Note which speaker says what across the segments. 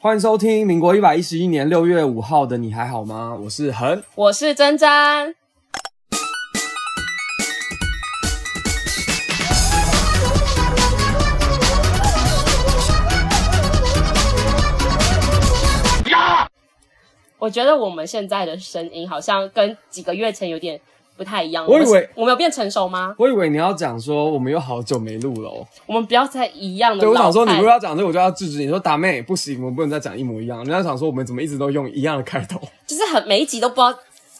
Speaker 1: 欢迎收听民国一百一十一年六月五号的《你还好吗》，我是恒。
Speaker 2: 我是珍珍，我觉得我们现在的声音好像跟几个月前有点不太一样。
Speaker 1: 我以
Speaker 2: 们是
Speaker 1: 为
Speaker 2: 我们有变成熟吗？
Speaker 1: 我以为你要讲说我们有好久没录了哦，
Speaker 2: 我们不要再一样的
Speaker 1: 对我
Speaker 2: 老
Speaker 1: 想说你
Speaker 2: 派
Speaker 1: 如果要讲这，我就要制止你说达妹不行，我们不能再讲一模一样。人家想说我们怎么一直都用一样的开 头？
Speaker 2: 就是很每一集都不知道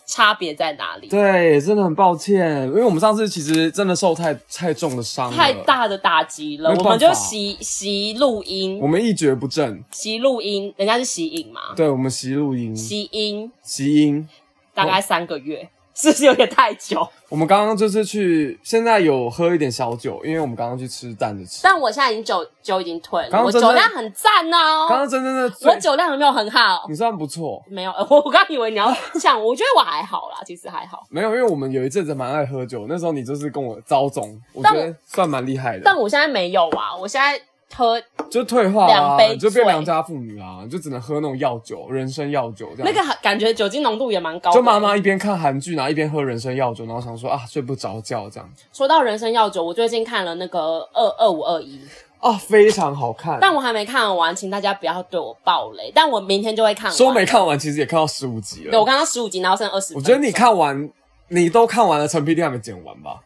Speaker 2: 差别在哪里，
Speaker 1: 对，真的很抱歉，因为我们上次其实真的受太太重的伤了，
Speaker 2: 太，大的打击了。
Speaker 1: 啊没办法
Speaker 2: 我们就习习录
Speaker 1: 我
Speaker 2: 音，
Speaker 1: 们一蹶不振。
Speaker 2: 习录音，人家是习影嘛，
Speaker 1: 对，我们习录音，
Speaker 2: 习音
Speaker 1: 习音。
Speaker 2: 大概三个月， 是不是有点太久？
Speaker 1: 我们刚刚就是去，现在有喝一点小酒，因为我们刚刚去吃蛋着吃。
Speaker 2: 但我现在已经酒酒已经退了，
Speaker 1: 刚刚
Speaker 2: 我
Speaker 1: 真的
Speaker 2: 酒量很赞
Speaker 1: 刚
Speaker 2: 哦，
Speaker 1: 刚真正的最
Speaker 2: 我，酒量有没有很好？
Speaker 1: 你算不错。
Speaker 2: 没有，呃 我我刚以为你要像，我觉得我还好啦，其 实还好。
Speaker 1: 没有，因为我们有一阵子蛮爱喝酒，那时候你就是跟我招总，我觉
Speaker 2: 但我
Speaker 1: 得算蛮厉害的。
Speaker 2: 但我现在没有啊，我现在喝
Speaker 1: 就退化
Speaker 2: 两
Speaker 1: 啊，
Speaker 2: 杯
Speaker 1: 你就变
Speaker 2: 醉
Speaker 1: 良家妇女啊，你就只能喝那种药酒、人参药酒这样。
Speaker 2: 那个感觉酒精浓度也蛮高的。
Speaker 1: 就妈妈一边看韩剧，然后一边喝人参药酒，然后想说啊睡不着觉这样。
Speaker 2: 说到人参药酒，我最近看了那个二二五二一，
Speaker 1: 啊，非常好看。
Speaker 2: 但我还没看完，请大家不要对我暴雷。但我明天就会看完。
Speaker 1: 说没看完，其实也看到十五集了。
Speaker 2: 对我刚刚十五集，然后剩二十。
Speaker 1: 我觉得你看完，你都看完了，陈 PD 还没剪完吧？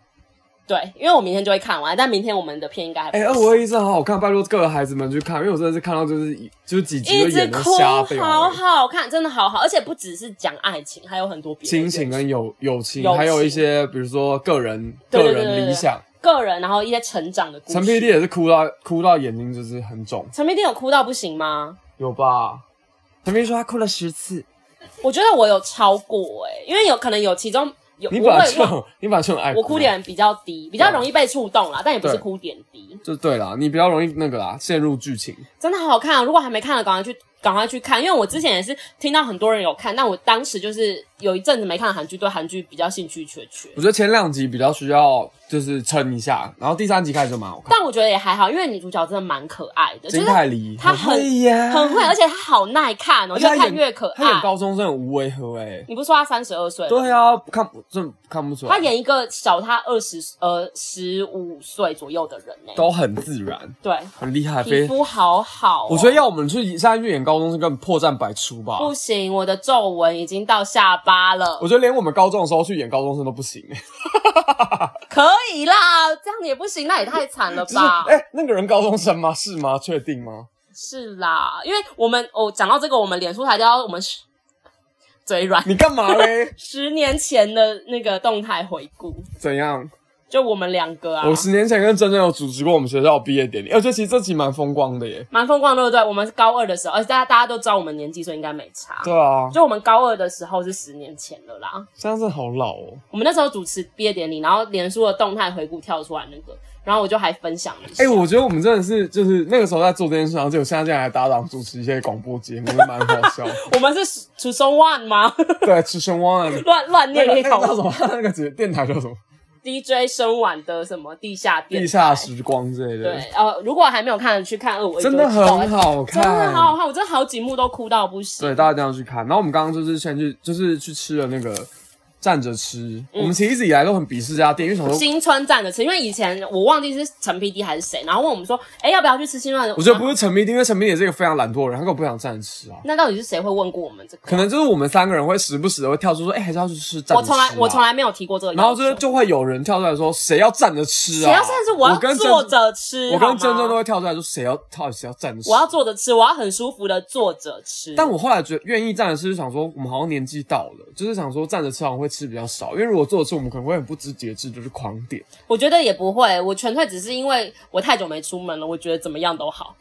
Speaker 2: 对，因为我明天就会看完，但明天我们的片应该还不
Speaker 1: 哎、二五二一真的好好看，拜托各位孩子们去看，因为我真的是看到就是就是几集就
Speaker 2: 一直
Speaker 1: 眼都
Speaker 2: 哭，
Speaker 1: 瞎掉
Speaker 2: 好
Speaker 1: 了。欸
Speaker 2: 好看，真的好好，而且不只是讲爱情，还有很多别的
Speaker 1: 亲情啊跟友友情，
Speaker 2: 友情
Speaker 1: 还有一些比如说个人
Speaker 2: 对
Speaker 1: 个
Speaker 2: 对对对
Speaker 1: 人
Speaker 2: 对
Speaker 1: 理想。
Speaker 2: 个人，然后一些成长的故事。
Speaker 1: 陈 PD 也是哭到哭到眼睛就是很肿，
Speaker 2: 陈皮丁有哭到不行吗？
Speaker 1: 有吧？陈 PD 说他哭了十次。
Speaker 2: 我觉得我有超过哎、因为有可能有其中有
Speaker 1: 你
Speaker 2: 我
Speaker 1: 把这
Speaker 2: 会忘，
Speaker 1: 种你把这种爱
Speaker 2: 我哭点比较低，比较容易被触动啦，但也不是
Speaker 1: 对
Speaker 2: 哭点低，
Speaker 1: 就对了，你比较容易那个啦，陷入剧情。
Speaker 2: 真的好好看、啊。如果还没看的，赶快去赶快去看，因为我之前也是听到很多人有看，但我当时就是有一阵子没看韩剧，对韩剧比较兴趣缺缺。
Speaker 1: 我觉得前两集比较需要就是撑一下，然后第三集开始就蛮好看。
Speaker 2: 但我觉得也还好，因为女主角真的蛮可爱的，就
Speaker 1: 金
Speaker 2: 是
Speaker 1: 泰梨
Speaker 2: 她很
Speaker 1: 会耶，
Speaker 2: 很会，而且她好耐看哦，
Speaker 1: 哎而
Speaker 2: 越
Speaker 1: 且她演
Speaker 2: 看越可
Speaker 1: 她演
Speaker 2: 爱。
Speaker 1: 高中生很无违和哎。
Speaker 2: 你不是说她三十二岁？，
Speaker 1: 对啊，看不真看不出来，
Speaker 2: 她演一个小她二十呃十五岁左右的人呢、
Speaker 1: 都很自然，
Speaker 2: 对，
Speaker 1: 很厉害，
Speaker 2: 皮
Speaker 1: 非。
Speaker 2: 肤好好哦、
Speaker 1: 我觉得要我们去现在去演高中生，根本破绽百出吧。
Speaker 2: 不行，我的皱纹已经到下巴了
Speaker 1: 我，觉得连我们高中的时候去演高中生都不行、欸，
Speaker 2: 可以啦，这样也不行，那也太惨了
Speaker 1: 就是
Speaker 2: 吧？
Speaker 1: 哎、那个人高中生吗？是吗？确定吗？
Speaker 2: 是啦，因为我们哦，讲到这个，我们脸书台要我们十嘴软，？
Speaker 1: 你干嘛嘞
Speaker 2: 十年前的那个动态回顾，
Speaker 1: 怎样？
Speaker 2: 就我们两个啊，
Speaker 1: 我十年前跟珍珍有主持过我们学校的毕业典礼，而且其实这集蛮风光的耶。
Speaker 2: 蛮风光，对不对？我们是高二的时候，而且大家大家都知道我们年纪，所以应该没差。
Speaker 1: 对啊，
Speaker 2: 就我们高二的时候是十年前了啦。
Speaker 1: 这样真的好老哦。
Speaker 2: 我们那时候主持毕业典礼，然后脸书的动态回顾跳出来那个，然后我就还分享了一下。
Speaker 1: 哎、我觉得我们真的是就是那个时候在做这件事，然后结果现在竟然还搭档主持一些广播节目，就蛮好笑。
Speaker 2: 我们是 to s o m one 吗？
Speaker 1: 对，吃生万。
Speaker 2: 乱乱
Speaker 1: 那
Speaker 2: 念
Speaker 1: 个
Speaker 2: 一
Speaker 1: 那个叫什
Speaker 2: 口
Speaker 1: 么？那个节电台叫什么？
Speaker 2: DJ 生晚的什么地下电台
Speaker 1: 地下时光之类的。
Speaker 2: 对，呃，如果还没有看的去看二五，
Speaker 1: 真的很，好
Speaker 2: 真
Speaker 1: 看，
Speaker 2: 的好好看，我真的好几幕都哭到不行。
Speaker 1: 对，大家一定要去看。然后我们刚刚就是先去，就是去吃了那个站着吃。
Speaker 2: 嗯
Speaker 1: 我们其实一直以来都很鄙视这家店，因为想说，
Speaker 2: 新村站着吃，因为以前我忘记是陈 PD 还是谁，然后问我们说，哎、要不要去吃新村？
Speaker 1: 我觉得不是陈明，因为陈明也是一个非常懒惰的人，他根本不想站着吃啊。
Speaker 2: 那到底是谁会问过我们这
Speaker 1: 可
Speaker 2: 个？
Speaker 1: 能就是我们三个人会时不时的会跳出说，哎、还是要去吃站着吃、啊。
Speaker 2: 我从来我从。来没有提过这个要求。
Speaker 1: 然后就是就会有人跳出来说，谁要站着吃啊？
Speaker 2: 谁要甚至我要
Speaker 1: 跟
Speaker 2: 坐
Speaker 1: 珍
Speaker 2: 着吃，
Speaker 1: 我
Speaker 2: 好
Speaker 1: 跟
Speaker 2: 吗
Speaker 1: 珍珍都会跳出来说，谁要到底谁要站着吃？
Speaker 2: 我要坐着吃，我要很舒服的坐着吃。
Speaker 1: 但我后来觉得愿意站着吃，是想说我们好像年纪到了，就是想说站着吃好像会吃比较少，因为如果坐着吃，我们可能会很不知节制，就是狂点。
Speaker 2: 我觉得也不会，我纯粹只是因为我太久没出门了，我觉得怎么样 都好。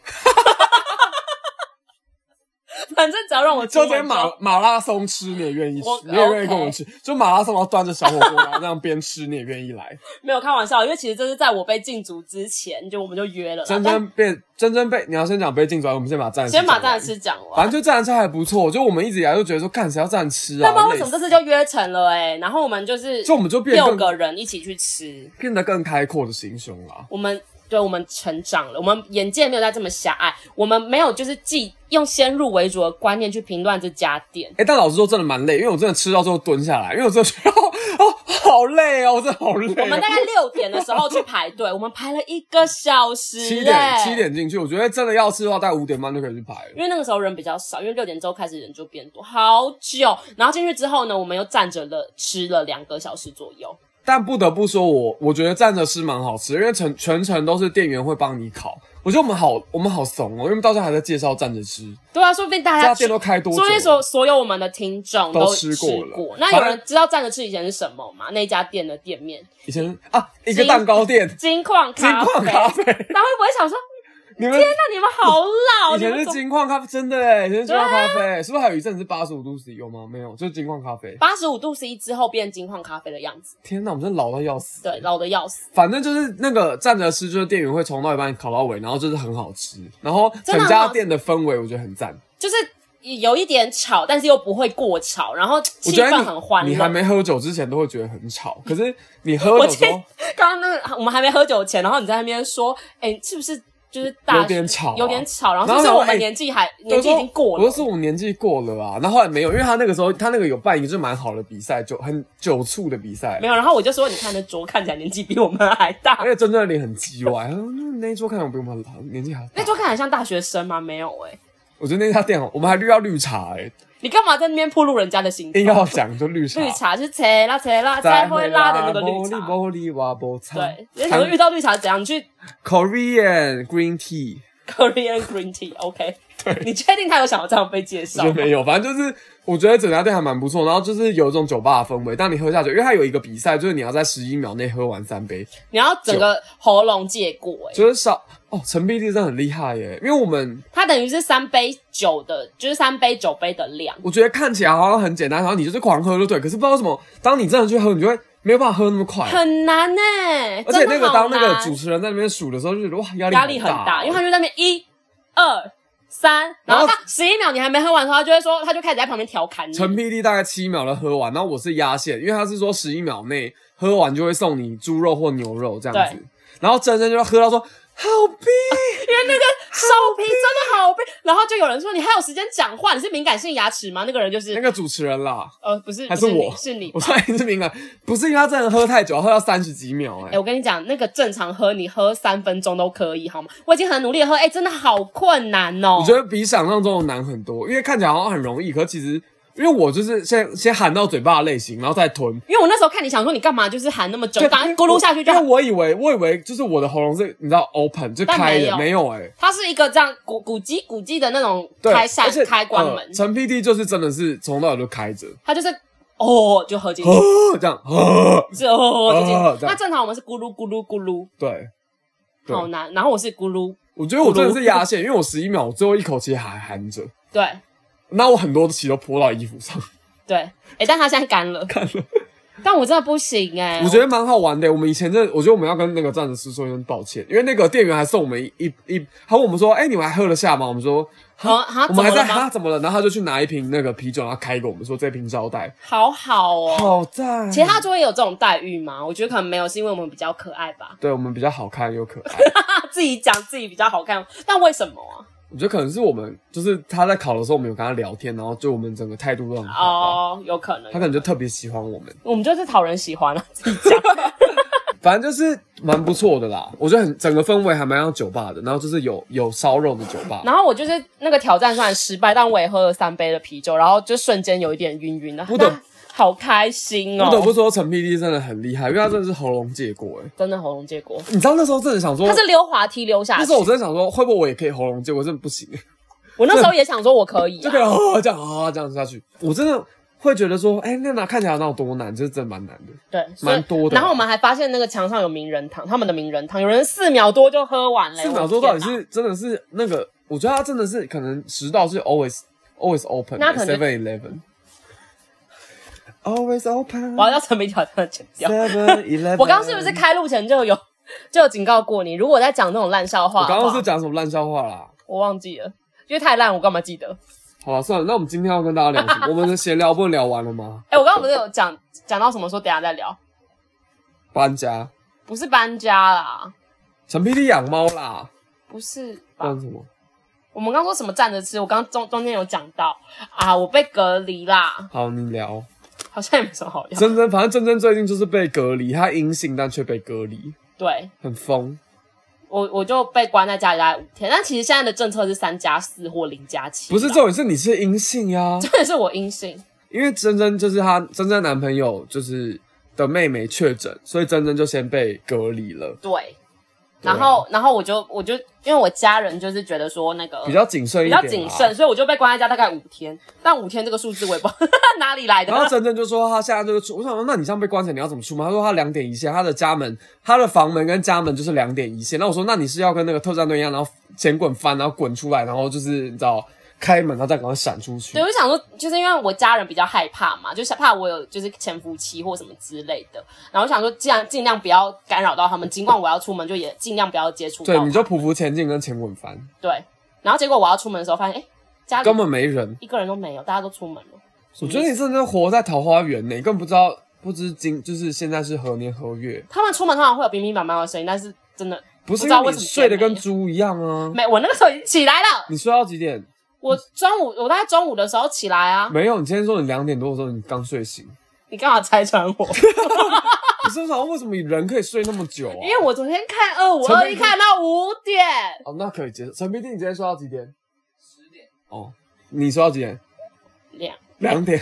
Speaker 2: 反正只 要让我出
Speaker 1: 就
Speaker 2: 门
Speaker 1: 连马
Speaker 2: 就
Speaker 1: 马拉松吃你也愿意吃
Speaker 2: 我，哦
Speaker 1: 你也愿意
Speaker 2: OK
Speaker 1: 跟我们吃，就马拉松然后端着小火锅，然后这样边吃你也愿意 来。
Speaker 2: 没有开玩笑，因为其实这是在我被禁足之前，就我们就约了啦。
Speaker 1: 真真被真真被你要先讲被禁出来，我们先把站
Speaker 2: 但
Speaker 1: 着
Speaker 2: 先把
Speaker 1: 讲完
Speaker 2: 站着吃讲
Speaker 1: 反
Speaker 2: 完。
Speaker 1: 正就站着吃还不错，就我们一直以来就觉得说，干谁要站着吃啊？
Speaker 2: 但不知道为什
Speaker 1: 累
Speaker 2: 么
Speaker 1: 死
Speaker 2: 这次就约成了哎、然后我们就是
Speaker 1: 就我们就变
Speaker 2: 六
Speaker 1: 更
Speaker 2: 个人一起去吃，
Speaker 1: 变得更开阔的心胸啦。
Speaker 2: 我们对我们成长了，我们眼界没有再这么狭隘，我们没有就是既用先入为主的观念去评断这家店。
Speaker 1: 哎、但老实说，真的蛮累，因为我真的吃到最后蹲下来，因为我真的觉得哦，好累哦，我真的好累哦、
Speaker 2: 我们大概六点的时候去排队，我 们排了一个小时、欸，
Speaker 1: 七点七，点进去，我觉得真的要吃的话，大概五点半就可以去排了。
Speaker 2: 因为那个时候人比较少，因为六点之后开始人就变多，好久。然后进去之后呢，我们又站着了吃了两个小时左右。
Speaker 1: 但不得不说我，我觉得站着吃蛮好吃，因为全全程都是店员会帮你烤。我觉得我们好，我们好怂哦，因为到现在还在介绍站着吃，
Speaker 2: 对啊，说不定大
Speaker 1: 这
Speaker 2: 家
Speaker 1: 家
Speaker 2: 去
Speaker 1: 店都开多久
Speaker 2: 所以
Speaker 1: 了？
Speaker 2: 说，所有我们的听众
Speaker 1: 都
Speaker 2: 吃
Speaker 1: 吃
Speaker 2: 过
Speaker 1: 过了
Speaker 2: 那
Speaker 1: 反
Speaker 2: 有
Speaker 1: 正
Speaker 2: 人知道站着吃以前是什么吗？那一家店的店面
Speaker 1: 以前啊，一个蛋糕店，
Speaker 2: 金矿
Speaker 1: 金
Speaker 2: 咖
Speaker 1: 矿
Speaker 2: 啡。
Speaker 1: 咖啡，
Speaker 2: 大家会不会想说，
Speaker 1: 你们
Speaker 2: 那你们好老，
Speaker 1: 以
Speaker 2: 你
Speaker 1: 前
Speaker 2: 们
Speaker 1: 是
Speaker 2: 怎么
Speaker 1: 金矿咖啡，真的哎，以前是金矿咖
Speaker 2: 啊
Speaker 1: 啡，是不是还有一阵子八十五度 C 有吗？没有，就是金矿咖啡。
Speaker 2: 八十五度 C 之后变金矿咖啡的样子？
Speaker 1: 天哪，我们真的老到要死。
Speaker 2: 对，老的要死。
Speaker 1: 反正就是那个站着吃，就是店员会从到一半烤到尾，然后就是很好吃，然后整
Speaker 2: 真的很好
Speaker 1: 家
Speaker 2: 吃
Speaker 1: 店的氛围我觉得很赞。
Speaker 2: 就是有一点吵，但是又不会过吵，然后
Speaker 1: 我
Speaker 2: 气
Speaker 1: 觉得
Speaker 2: 氛
Speaker 1: 你
Speaker 2: 很欢乐。
Speaker 1: 你还没喝酒之前都会觉得很 吵，可是你喝酒之后
Speaker 2: 刚刚那个我们还没喝酒前，然后你在那边说，哎、是不是就是大
Speaker 1: 有点吵啊
Speaker 2: 有点吵，然后
Speaker 1: 然后
Speaker 2: 就是
Speaker 1: 想
Speaker 2: 我
Speaker 1: 说
Speaker 2: 们
Speaker 1: 哎
Speaker 2: 年纪还、年纪已经过
Speaker 1: 我
Speaker 2: 了
Speaker 1: 就，说我们年纪过了啊，然后后来没有，因为他那个时候他那个有办一个就蛮好的比赛，就很酒醋的比赛
Speaker 2: 没，有，然后我就说，你看那桌看起来年纪比我们还大
Speaker 1: 而，且真正的脸很叽歪， 他说嗯那一桌看起来比我们老年纪还
Speaker 2: 那
Speaker 1: 大。
Speaker 2: 桌看起来像大学生吗？没有哎、
Speaker 1: 我觉得那家店好，我们还绿要绿茶哎、
Speaker 2: 你干嘛在那边铺路人家的行
Speaker 1: 硬
Speaker 2: 踪？
Speaker 1: 要讲就绿茶。
Speaker 2: 绿茶就是切啦切啦，再会啦的那个绿茶。
Speaker 1: 玻璃瓦波茶。
Speaker 2: 对，你想说遇到绿茶怎样？你去
Speaker 1: Korean green tea，
Speaker 2: Korean Green Tea，OK？、你确定他有想要这样被介
Speaker 1: 我
Speaker 2: 绍
Speaker 1: 觉
Speaker 2: 吗
Speaker 1: 得？没有，反正就是我觉得整家店还蛮不错，然后就是有一种酒吧的氛围。当你喝下酒，因为它有一个比赛，就是你要在十一秒内喝完三杯，
Speaker 2: 你要整个喉咙借过、欸，
Speaker 1: 就是少哦，陈碧丽真的很厉害耶，因为我们
Speaker 2: 它等于是三杯酒的，就是三杯酒杯的量。
Speaker 1: 我觉得看起来好像很简单，然后你就是狂喝就对，可是不知道为什么，当你真的去喝，你就会没有办法喝那么快。
Speaker 2: 很难呢、
Speaker 1: 而且那
Speaker 2: 真的
Speaker 1: 个
Speaker 2: 好
Speaker 1: 当
Speaker 2: 难
Speaker 1: 那个主持人在那边数的时候，就觉得哇压力
Speaker 2: 压力很大，因啊为他就在那边一、二、三，然
Speaker 1: 然
Speaker 2: 后
Speaker 1: 后
Speaker 2: 他十一秒你还没喝完的时候，他就会说，他就开始在旁边调侃你。
Speaker 1: 陈霹雳大概七秒的喝完，然后我是压线，因为他是说十一秒内喝完就会送你猪肉或牛肉这样
Speaker 2: 对
Speaker 1: 子。然后真真就喝到说好 逼，
Speaker 2: 手皮真的好冰，然后就有人说你还有时间讲话，你是敏感性牙齿吗？那个人就是、
Speaker 1: 那个主持人啦，
Speaker 2: 呃，不是，
Speaker 1: 还是
Speaker 2: 不
Speaker 1: 我
Speaker 2: 是你，是你
Speaker 1: 我。说你是敏感，不是因为他真的喝太久，喝到三十几秒哎、
Speaker 2: 哎、我跟你讲，那个正常喝，你喝三分钟都可以，好吗？我已经很努力地喝，哎、真的好困难哦、
Speaker 1: 我觉得比想象中的难很多，因为看起来好像很容易，可其实因为我就是先先喊到嘴巴的类型，然后再吞，
Speaker 2: 因为我那时候看你想说你干嘛，就是含那么久，
Speaker 1: 对
Speaker 2: 赶快咕噜下去就
Speaker 1: 因
Speaker 2: 好
Speaker 1: 为。我以为我以为就是我的喉咙是你知道 open 就
Speaker 2: 但
Speaker 1: 开
Speaker 2: 没有
Speaker 1: 的，没有哎、
Speaker 2: 它是一个这样古古迹古迹的那种
Speaker 1: 对，
Speaker 2: 开扇
Speaker 1: 而且
Speaker 2: 开关门
Speaker 1: 呃，陈、PD 就是真的是从头到尾就开着，
Speaker 2: 它就是哦就喝进去，
Speaker 1: 哦，这样， 哦，
Speaker 2: 是哦就进
Speaker 1: 哦
Speaker 2: 去。
Speaker 1: 这样
Speaker 2: 那正常我们是咕噜咕噜咕噜，
Speaker 1: 对，对
Speaker 2: 好难。然后我是咕噜，
Speaker 1: 我觉得我真的是压线，因为我十一秒，我最后一口其实还含着，
Speaker 2: 对
Speaker 1: 那我很多气都泼到衣服上，
Speaker 2: 对，哎，但它现在干了，
Speaker 1: 干了。
Speaker 2: 但我真的不行哎。
Speaker 1: 我觉得蛮好玩的。我们以前真的，我觉得我们要跟那个站着师说一声抱歉，因为那个店员还送我们一一一，他问我们说：“哎、你们还喝得下吗？”我们说：“
Speaker 2: 啊啊
Speaker 1: 我们还
Speaker 2: 怎么了
Speaker 1: 在
Speaker 2: 吗
Speaker 1: 哈怎么了？”然后他就去拿一瓶那个啤酒，然后开给我们说：“这瓶招待，
Speaker 2: 好好哦。
Speaker 1: 好赞。”
Speaker 2: 其他桌也有这种待遇吗？我觉得可能没有，是因为我们比较可爱吧。
Speaker 1: 对我们比较好看又可爱。
Speaker 2: 啊，自己讲自己比较好看，但为什么啊？
Speaker 1: 我觉得可能是我们就是他在考的时候，我们有跟他聊天，然后就我们整个态度都很好吧。
Speaker 2: 哦，有可能
Speaker 1: 他，可能就特别喜欢我们，
Speaker 2: 我们就是讨人喜欢啊，自己 讲。
Speaker 1: 反正就是蛮不错的啦。我觉得很整个氛围还蛮像酒吧的，然后就是有有烧肉的酒吧。
Speaker 2: 然后我就是那个挑战虽然失败，但我也喝了三杯的啤酒，然后就瞬间有一点晕晕的，
Speaker 1: 不得
Speaker 2: 但好开心哦！
Speaker 1: 不得不说，陈 PD 真的很厉害，因为他真的是喉咙借过哎、
Speaker 2: 真的喉咙结果，
Speaker 1: 你知道那时候真的想说
Speaker 2: 他，是溜滑梯溜下
Speaker 1: 那
Speaker 2: 去。
Speaker 1: 时候我真的想说，会不会我也可以喉咙借过？真的不行，
Speaker 2: 我那时候也想说我可以、
Speaker 1: 就可以
Speaker 2: 啊，
Speaker 1: 啊这样啊这样下去，我真的会觉得说，哎、那哪看起来那有多难，这真的蛮难的。
Speaker 2: 对，所以
Speaker 1: 蛮多的
Speaker 2: 然后我们还发现那个墙上有名人堂，他们的名人堂有人四秒多就喝完了，
Speaker 1: 四秒
Speaker 2: 我的
Speaker 1: 钟
Speaker 2: 天
Speaker 1: 到
Speaker 2: 啊
Speaker 1: 底是真的是哎那个，我觉得他真的是可能食道是 always always open，欸
Speaker 2: 那可能
Speaker 1: Seven Eleven。Always open
Speaker 2: 我要叫陈明挑战剪掉。
Speaker 1: Seven Eleven。
Speaker 2: 我刚刚是不是？开录前就有 就有警告过你，如果在讲那种烂笑话
Speaker 1: 我
Speaker 2: 的话，
Speaker 1: 刚刚是讲什么烂笑话啦？
Speaker 2: 我忘记了，因为太烂，我干嘛记得？
Speaker 1: 好了，算了，那我们今天要跟大家聊什 么？我们的闲聊不能聊完了吗？
Speaker 2: 哎、我刚刚不是有讲讲到什么说等一下再聊，
Speaker 1: 搬家
Speaker 2: 不是搬家啦。
Speaker 1: 陈皮蒂养猫啦，
Speaker 2: 不是吧？
Speaker 1: 干什么？
Speaker 2: 我们刚说什么站着吃？我刚中中间有讲到啊，我被隔离啦，
Speaker 1: 好，你聊。
Speaker 2: 好像也没什么好聊。
Speaker 1: 珍珍，反正珍珍最近就是被隔离，她阴性但却被隔离，
Speaker 2: 对
Speaker 1: 很疯。
Speaker 2: 我，我就被关在家里大概五天。但其实现在的政策是三加四或零加七，
Speaker 1: 不是重点是你是阴性呀、
Speaker 2: 真的是我阴性，
Speaker 1: 因为珍珍就是她珍珍男朋友就是的妹妹确诊，所以珍珍就先被隔离了，
Speaker 2: 对。然后，然后我就我就因为我家人就是觉得说那个
Speaker 1: 比较谨慎一
Speaker 2: 哦
Speaker 1: 点、啊，
Speaker 2: 比较谨慎，。所以我就被关在家大概五天。但五天这个数字我也不知 道哪里来的
Speaker 1: 然。后珍珍就说她现在就是出，我想说那你这样被关起来你要怎么出门？她说她两点一线，她的家门、她的房门跟家门就是两点一线。那我说那你是要跟那个特战队一样，然后前滚翻，然后滚出来，然后就是你知道开门，然后再赶快闪出去
Speaker 2: 对，。我就想说，就是因为我家人比较害怕嘛，就是怕我有就是潜伏期或什么之类的。然后我想说，尽量尽量不要干扰到他们，尽管我要出门，就也尽量不要接触到
Speaker 1: 对，
Speaker 2: 他
Speaker 1: 你
Speaker 2: 们。
Speaker 1: 就匍匐前进跟前滚翻，
Speaker 2: 对。然后结果我要出门的时候，发现哎、诶家
Speaker 1: 根
Speaker 2: 里
Speaker 1: 本没人。
Speaker 2: 一个人都没有，大家都出门了。
Speaker 1: 我觉得你真的活在桃花源呢，你根本不知道不知今就是现在是何年何月，
Speaker 2: 他们出门通常会有乒乒乓乓的声音，但是真的
Speaker 1: 不是
Speaker 2: 知
Speaker 1: 因
Speaker 2: 道
Speaker 1: 为
Speaker 2: 为
Speaker 1: 你
Speaker 2: 什么
Speaker 1: 睡得
Speaker 2: 今天
Speaker 1: 跟
Speaker 2: 没有
Speaker 1: 猪一样啊？
Speaker 2: 没，我那个时候已经起来了。
Speaker 1: 你睡到几点？
Speaker 2: 我中午，我大概中午的时候起来啊。
Speaker 1: 没有，你今天说你两点多的时候你刚睡醒，
Speaker 2: 你干嘛拆穿我？
Speaker 1: 你是不是想为什么人可以睡那么久啊？
Speaker 2: 因为我昨天看二五
Speaker 1: 陈
Speaker 2: 二
Speaker 1: 佩
Speaker 2: 一
Speaker 1: 琪
Speaker 2: 看到五点，
Speaker 1: 哦，那可以接受。陈皮弟，你今天睡到几点？
Speaker 3: 十点，
Speaker 1: 哦，你睡到几点？
Speaker 2: 两，
Speaker 1: 两点。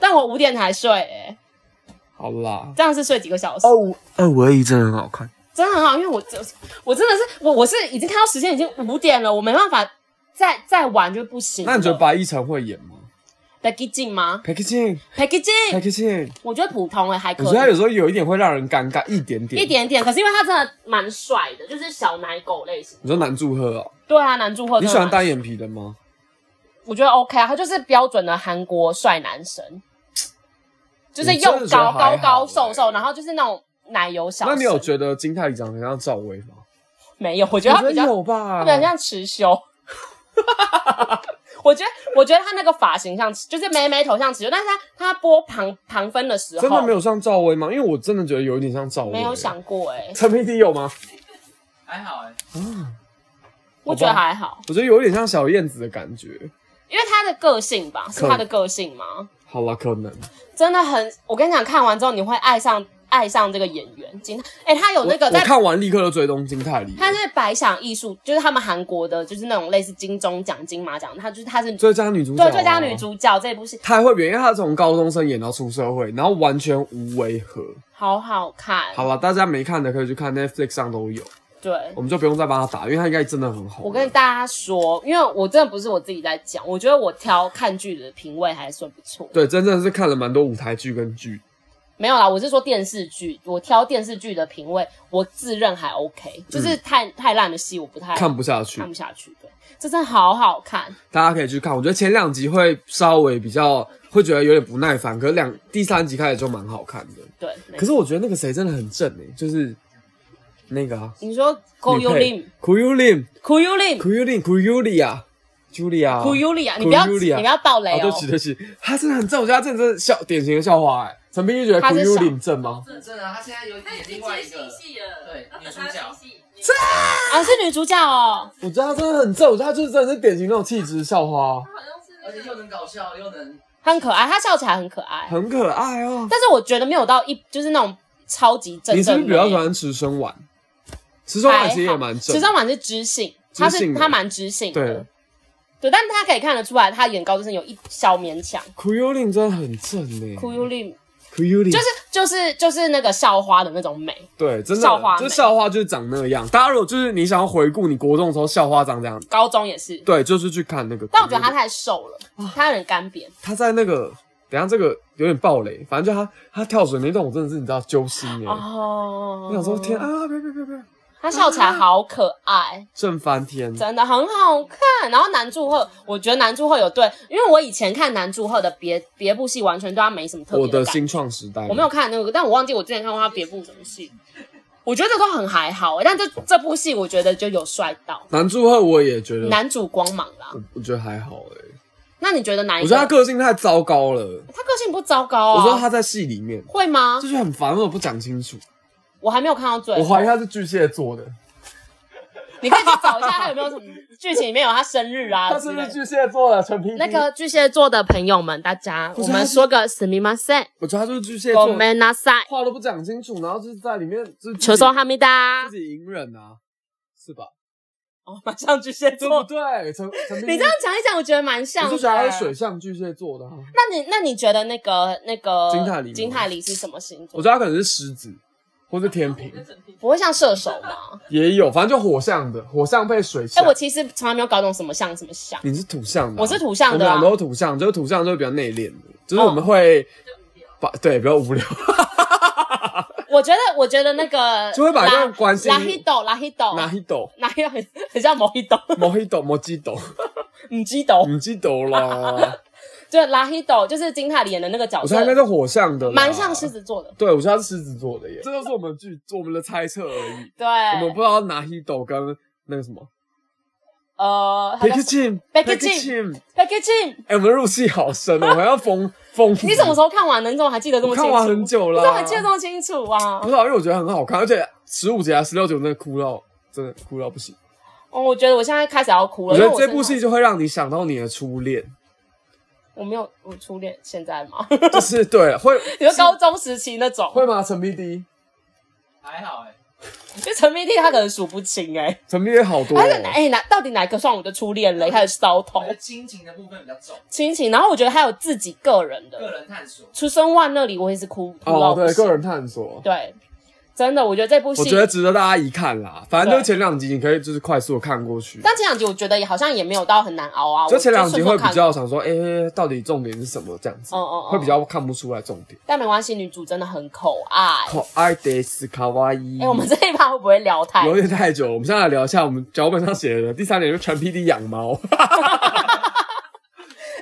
Speaker 2: 但我五点才睡、欸，
Speaker 1: 好啦，
Speaker 2: 这样是睡几个小时？
Speaker 1: 五二五二一真的很好看。
Speaker 2: 真的很好，因为我这我真的是我我是已经看到时间已经五点了，我没办法再再晚就不行了。
Speaker 1: 那你觉得白一晨会演吗
Speaker 2: Peggy 进吗
Speaker 1: p a c k a g i n g
Speaker 2: ？Peggy
Speaker 1: p a
Speaker 2: 进，
Speaker 1: c k a g i n g
Speaker 2: 我觉得普通哎、还可
Speaker 1: 我觉得他有
Speaker 2: 以。
Speaker 1: 时候有一点会让人尴尬，一点点。
Speaker 2: 一。点点，可是因为他真的蛮帅的，就是小奶狗类型。
Speaker 1: 你说男祝贺哦，
Speaker 2: 对啊，男主角
Speaker 1: 你
Speaker 2: 真
Speaker 1: 喜
Speaker 2: 的蛮
Speaker 1: 欢单眼皮的吗？
Speaker 2: 我觉得 OK 啊，他就是标准的韩国帅男神，就是
Speaker 1: 我真
Speaker 2: 又
Speaker 1: 的觉得
Speaker 2: 高
Speaker 1: 还好
Speaker 2: 高高
Speaker 1: 欸
Speaker 2: 瘦瘦，然后就是那种奶油小生。
Speaker 1: 那你有觉得金泰长得很像赵薇吗？
Speaker 2: 没有？我觉
Speaker 1: 我觉
Speaker 2: 得他
Speaker 1: 得
Speaker 2: 比较，
Speaker 1: 有吧，
Speaker 2: 他比较像持修。 我觉得，我觉得他那个发型像，就是眉眉头像持修，但是他他播旁旁分的时候，
Speaker 1: 真的没有像赵薇吗？因为我真的觉得有一点像赵薇。欸
Speaker 2: 没有想过哎、
Speaker 1: 陈皮迪有吗？
Speaker 3: 还好哎、
Speaker 2: 我觉得还好，
Speaker 1: 我觉得有一点像小燕子的感觉。
Speaker 2: 因为他的个性吧，是
Speaker 1: 可
Speaker 2: 他的个性吗？
Speaker 1: 好了，可能
Speaker 2: 真的很，我跟你讲，看完之后你会爱上爱上这个演员。今哎、他有
Speaker 1: 我
Speaker 2: 那个
Speaker 1: 我
Speaker 2: 在
Speaker 1: 看完立刻就追踪金泰梨，
Speaker 2: 他是百想艺术，就是他们韩国的，就是那种类似金钟奖、金马奖，他就是他是
Speaker 1: 最佳女主角、啊
Speaker 2: 对最佳女，主角这部戏
Speaker 1: 她还会演，因为她从高中生演到出社会，然后完全无违和。
Speaker 2: 好好看，
Speaker 1: 好了，大家没看的可以去看 Netflix 上都有，
Speaker 2: 对
Speaker 1: 我。们就不用再帮她打，因为她应该真的很好。
Speaker 2: 我跟大家说，因为我真的不是我自己在讲，我觉得我挑看剧的品味还算不错。
Speaker 1: 对，真正是看了蛮多舞台剧跟剧，
Speaker 2: 没有啦，我是说电视剧，我挑电视剧的品味，我自认还 OK，就是太、太烂的戏我不太
Speaker 1: 嗯看不下去
Speaker 2: 看。不下去。对，这真的好好看，
Speaker 1: 大家可以去看。我觉得前两集会稍微比较会觉得有点不耐烦，可是两第三集开始就蛮好看的。
Speaker 2: 对。
Speaker 1: 可是我觉得那个谁真的很正诶、欸就是那个啊，
Speaker 2: 你说 Go You Lim
Speaker 1: Ku Yu Lim，Ku
Speaker 2: Go You Lim
Speaker 1: Yu Lim，Ku Yu Li 啊，Julia。
Speaker 2: Go You Lim 啊，你不要
Speaker 1: Go You
Speaker 2: 你
Speaker 1: Lim 啊
Speaker 2: 不要爆雷
Speaker 1: 哦，对
Speaker 2: 哦
Speaker 1: 不。起对不起，他真的很正，我觉得他真的是笑典型的校花诶、陈冰玉觉得
Speaker 2: 他
Speaker 1: Ku
Speaker 2: 是
Speaker 1: Yu
Speaker 2: 小
Speaker 1: Lim 正吗？
Speaker 3: 正正啊，他现在有演另外一个，
Speaker 4: 戏了，
Speaker 3: 对
Speaker 4: 要
Speaker 3: 女
Speaker 4: 等
Speaker 3: 主
Speaker 4: 他
Speaker 3: 角
Speaker 4: 新戏。
Speaker 2: 啊，是女主角哦，
Speaker 1: 我觉得他真的很正，我觉得他就是真的是典型那种气质校花，
Speaker 4: 好像是那
Speaker 3: 而且
Speaker 4: 个
Speaker 3: 又能搞笑又能
Speaker 2: 她很可爱，她笑起来很可爱，
Speaker 1: 很可爱哦。
Speaker 2: 但是我觉得没有到一就是那种超级正
Speaker 1: 你是
Speaker 2: 正
Speaker 1: 不
Speaker 2: 美。
Speaker 1: 是比较喜欢池生婉？池生婉其实也蛮正
Speaker 2: 池
Speaker 1: 的，
Speaker 2: 上婉是知性，她
Speaker 1: 知性
Speaker 2: 是
Speaker 1: 的
Speaker 2: 她蛮知性
Speaker 1: 对
Speaker 2: 的，对，但是她可以看得出来，她演高中生有一小勉强。
Speaker 1: 苦幽灵真的很正诶、
Speaker 2: 哭幽丽
Speaker 1: 苦幽灵
Speaker 2: 就是就是就是那个校花的那种美，
Speaker 1: 对，真的
Speaker 2: 校花
Speaker 1: 就
Speaker 2: 美
Speaker 1: 校花就是长那样。大家如果就是你想要回顾你国中的时候校花长这样，
Speaker 2: 高中也是。
Speaker 1: 对，就是去看那个。
Speaker 2: 但我觉得她太瘦了，她有点干瘪。
Speaker 1: 他在那个，等一下这个有点暴雷，反正就他他跳水那段，我真的是你知道揪心诶、
Speaker 2: 哦，
Speaker 1: 我想说天！啊，别别别别，
Speaker 2: 她笑起来好可爱，
Speaker 1: 正翻天！
Speaker 2: 真的很好看。然后男祝贺，我觉得男祝贺有对，因为我以前看男祝贺的别别部戏，完全对他没什么特
Speaker 1: 我
Speaker 2: 别
Speaker 1: 的
Speaker 2: 感
Speaker 1: 新创时代，
Speaker 2: 我没有看那个，但我忘记我之前看过他别部什么戏。我觉得都很还好、欸，但这这部戏我觉得就有帅到
Speaker 1: 男祝贺，我也觉得，
Speaker 2: 男主光芒啦。
Speaker 1: 我我觉得还好诶、
Speaker 2: 那你觉得哪
Speaker 1: 我
Speaker 2: 一个？
Speaker 1: 觉得他个性太糟糕了。
Speaker 2: 他个性不糟糕啊。
Speaker 1: 我说他在戏里面，
Speaker 2: 会吗
Speaker 1: 这？就很烦，我不讲清楚。
Speaker 2: 我还没有看到最后。
Speaker 1: 我怀疑他是巨蟹座的，
Speaker 2: 你可以去找一下他有没有什么剧情里面有他生日啊
Speaker 1: 他
Speaker 2: 之
Speaker 1: 是
Speaker 2: 类
Speaker 1: 不是
Speaker 2: 的
Speaker 1: 巨蟹座的陈平？
Speaker 2: 那，个巨蟹座的朋友们，大家
Speaker 1: 不
Speaker 2: 我
Speaker 1: 是
Speaker 2: 们
Speaker 1: 他是
Speaker 2: 说个すみません、
Speaker 1: 我觉得他就是巨蟹
Speaker 2: ご
Speaker 1: 座，
Speaker 2: めんなさい、
Speaker 1: 话都不讲清楚，然后就是在里面就是
Speaker 2: 求说哈密 达
Speaker 1: 自。己隐忍啊，是吧？
Speaker 2: 哦，马上巨蟹
Speaker 1: 对不，对？陈陈平，
Speaker 2: 你这样讲一讲，我觉得蛮像
Speaker 1: 我
Speaker 2: 的。啊
Speaker 1: 就觉得他是水象巨蟹座的啊，
Speaker 2: 那你那你觉得那个那个
Speaker 1: 金泰梨吗
Speaker 2: 金泰梨是什么星座
Speaker 1: 我？觉得他可能是狮子或是天平，
Speaker 2: 不会像射手吗？
Speaker 1: 也有，反正就火象的，火象配水
Speaker 2: 哎、
Speaker 1: 象。
Speaker 2: 我其实从来没有搞懂什么像什么像，
Speaker 1: 你是土象的啊、
Speaker 2: 我是土象的、
Speaker 1: 我
Speaker 2: 啊哦
Speaker 1: 们。俩都是土象，就是土象就会比较内敛的，就是我们会把、对比较无聊，
Speaker 2: 我觉得我觉得那个
Speaker 1: 就会把这段关系
Speaker 2: 拉黑豆拉黑豆
Speaker 1: 拿一斗、
Speaker 2: 拉黑很很像某一豆，
Speaker 1: 莫黑斗、莫基 斗、
Speaker 2: 唔知豆，
Speaker 1: 唔记斗 啦。
Speaker 2: 就是拉黑豆，就是金泰梨演的那个角
Speaker 1: 我觉
Speaker 2: 色
Speaker 1: 得他应，该是火象的，
Speaker 2: 蛮像狮。子座的。
Speaker 1: 对，我觉得他是狮子座的耶，这就是我们剧我们的猜测而已。
Speaker 2: 对，
Speaker 1: 我们不知道拿黑斗跟那个什么
Speaker 2: 呃
Speaker 1: p i c k c h i m p i
Speaker 2: Becky
Speaker 1: c k c h i m
Speaker 2: ，Becky Jim，
Speaker 1: 哎，我们入戏好深 哦，我还要疯疯。
Speaker 2: 你什么时候看完的？你怎么还记得这么
Speaker 1: 我
Speaker 2: 清楚？
Speaker 1: 看完很久
Speaker 2: 你
Speaker 1: 了，啊
Speaker 2: 怎么还记得这么清楚啊
Speaker 1: 不？知道，因为我觉得很好看，而且十五集啊、十六集，我真的哭到真的哭到不行。
Speaker 2: 哦，我觉得我现在开始要哭
Speaker 1: 我
Speaker 2: 了。
Speaker 1: 觉得
Speaker 2: 因为
Speaker 1: 这部
Speaker 2: 真
Speaker 1: 戏
Speaker 2: 的
Speaker 1: 就会让你想到你的初恋，
Speaker 2: 我没有我初恋，现在吗？
Speaker 1: 就是对了，会
Speaker 2: 你说高中时期那种，
Speaker 1: 会吗？陈 PD，
Speaker 3: 还好哎，
Speaker 2: 就陈明弟他可能数不清哎、
Speaker 1: 陈 PD 好多、
Speaker 2: 还是哪
Speaker 1: 哦，
Speaker 2: 哎哪到底哪一个算我的初恋嘞？开始烧头
Speaker 3: 我觉得亲情的部分比较重，
Speaker 2: 亲情，然后我觉得还有自己个人
Speaker 3: 个
Speaker 2: 的，
Speaker 3: 人探索。
Speaker 2: 出生万那里我也是哭哭到
Speaker 1: 哦，
Speaker 2: 不
Speaker 1: 对，
Speaker 2: 行
Speaker 1: 个人探索，
Speaker 2: 对，真的我觉得这部戏，
Speaker 1: 我觉得值得大家一看啦。反正就是前两集你可以就是快速地看过去，
Speaker 2: 但前两集我觉得也好像也没有到很难熬啊，
Speaker 1: 就
Speaker 2: 我
Speaker 1: 前两集
Speaker 2: 顺顺
Speaker 1: 会
Speaker 2: 看
Speaker 1: 比较想说，哎、到底重点是什么这样子，
Speaker 2: 嗯嗯嗯
Speaker 1: 会比较看不出来重点。
Speaker 2: 但没关系，女主真的很可爱。
Speaker 1: 可爱的斯卡哇伊，
Speaker 2: 哎、我们这一趴会不会聊太？
Speaker 1: 有点太久了，我们现在来聊一下我们脚本上写的第三点，就是陈 PD 养猫。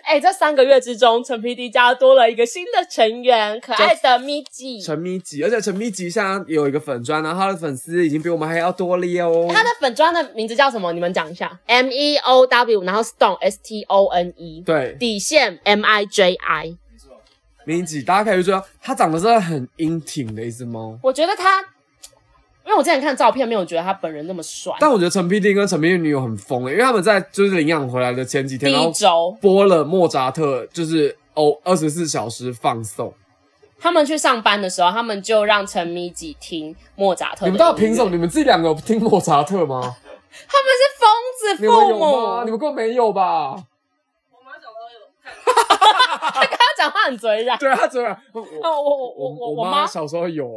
Speaker 2: 哎、这三个月之中，陈 PD 家多了一个新的成员，可爱的咪吉。
Speaker 1: 沉迷集，而且沉迷集现在有一个粉砖，然后他的粉丝已经比我们还要多了哟。
Speaker 2: 他的粉砖的名字叫什么？你们讲一下。M E O W，然后 Stone S T O N E，
Speaker 1: 对
Speaker 2: 底线 M I J I。
Speaker 3: 没错，
Speaker 1: 明集，大家可以说它长得真的很英挺的一只猫。
Speaker 2: 我觉得他，因为我之前看照片，没有觉得他本人那么帅。
Speaker 1: 但我觉得陈 PD 跟陈明玉女友很疯、欸，因为他们在就是领养回来的前几天，
Speaker 2: 第
Speaker 1: 然后
Speaker 2: 一周，
Speaker 1: 播了莫扎特，就是哦二十四小时放送。
Speaker 2: 他们去上班的时候，他们就让陈咪吉听莫扎特。
Speaker 1: 你们到底凭什么？？你们自己两个有听莫扎特 吗？
Speaker 2: 他们是疯子
Speaker 1: 你们
Speaker 2: 父
Speaker 1: 有吗？
Speaker 2: 母
Speaker 1: 你。们根本没有吧？
Speaker 3: 我妈小时候有看，
Speaker 2: 他讲话很嘴软。
Speaker 1: 对啊，真的，我
Speaker 2: 哦，我我
Speaker 1: 我
Speaker 2: 我我
Speaker 1: 我
Speaker 2: 我妈
Speaker 1: 小时候有，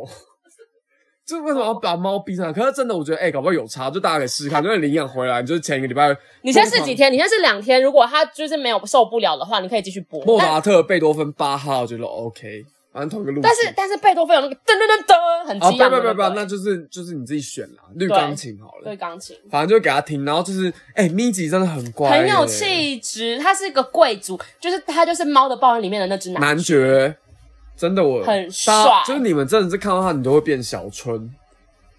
Speaker 1: 就为什么要把猫逼上来？可是真的，我觉得哎、搞不好有差，就大家可以试试看。就是领养回来，你就是前一个礼拜，
Speaker 2: 你先试几天，你先试两天。如果他就是没有受不了的话，你可以继续播。
Speaker 1: 莫
Speaker 2: 但
Speaker 1: 扎特、贝多芬、巴哈，我觉得 OK，反正同一个路线。
Speaker 2: 但是但是贝多芬有那个噔噔噔噔，很
Speaker 1: 啊，
Speaker 2: 激
Speaker 1: 不
Speaker 2: 昂的
Speaker 1: 不不
Speaker 2: 那
Speaker 1: 不，
Speaker 2: 个
Speaker 1: 那就是就是你自己选啦，绿钢琴好了
Speaker 2: 对。钢琴。
Speaker 1: 反正就给他听，然后就是，哎、咪吉真的很乖、
Speaker 2: 很有，气质，他是个贵族，就是他就是《猫的报恩》里面的那只男。
Speaker 1: 男爵，真的我
Speaker 2: 很帅
Speaker 1: 大家就是你们真的是看到他，你都会变小春，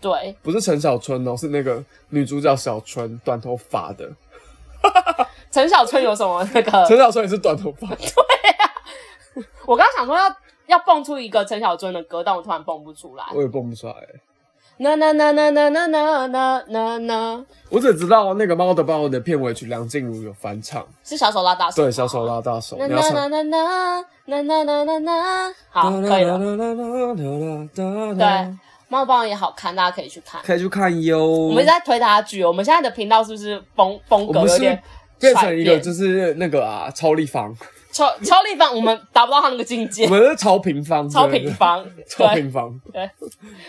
Speaker 2: 对，
Speaker 1: 不是陈小春哦，是那个女主角小春，短头发的，
Speaker 2: 陈小春有什么那
Speaker 1: 陈
Speaker 2: 个？
Speaker 1: 小春也是短头发，
Speaker 2: 我刚刚想说要要蹦出一个陈小春的歌，但我突然蹦不出来。
Speaker 1: 我也蹦不出来、
Speaker 2: na na na na na na na na na na，
Speaker 1: 我只知道那个《猫的报恩》的片尾曲，梁静茹有翻唱，
Speaker 2: 是小手拉大手。
Speaker 1: 对，小手。拉大手，
Speaker 2: na
Speaker 1: 你要
Speaker 2: na
Speaker 1: 唱。
Speaker 2: na na na na na na na na，好，啊可以了。对
Speaker 1: 对，，
Speaker 2: 猫棒也好看，大家可以去看。
Speaker 1: 可以去看哦哟。
Speaker 2: 我
Speaker 1: 我
Speaker 2: 们一直在推他的剧，我们现在的频道是不是风风格
Speaker 1: 我们
Speaker 2: 有
Speaker 1: 是
Speaker 2: 点
Speaker 1: 变成一
Speaker 2: 甩
Speaker 1: 个
Speaker 2: 变
Speaker 1: 就是那个啊，超立 方，
Speaker 2: 超超立方？我们达不到他那个境界
Speaker 1: 我，们是超平方，
Speaker 2: 超平， 方，
Speaker 1: 超
Speaker 2: 对，
Speaker 1: 平方。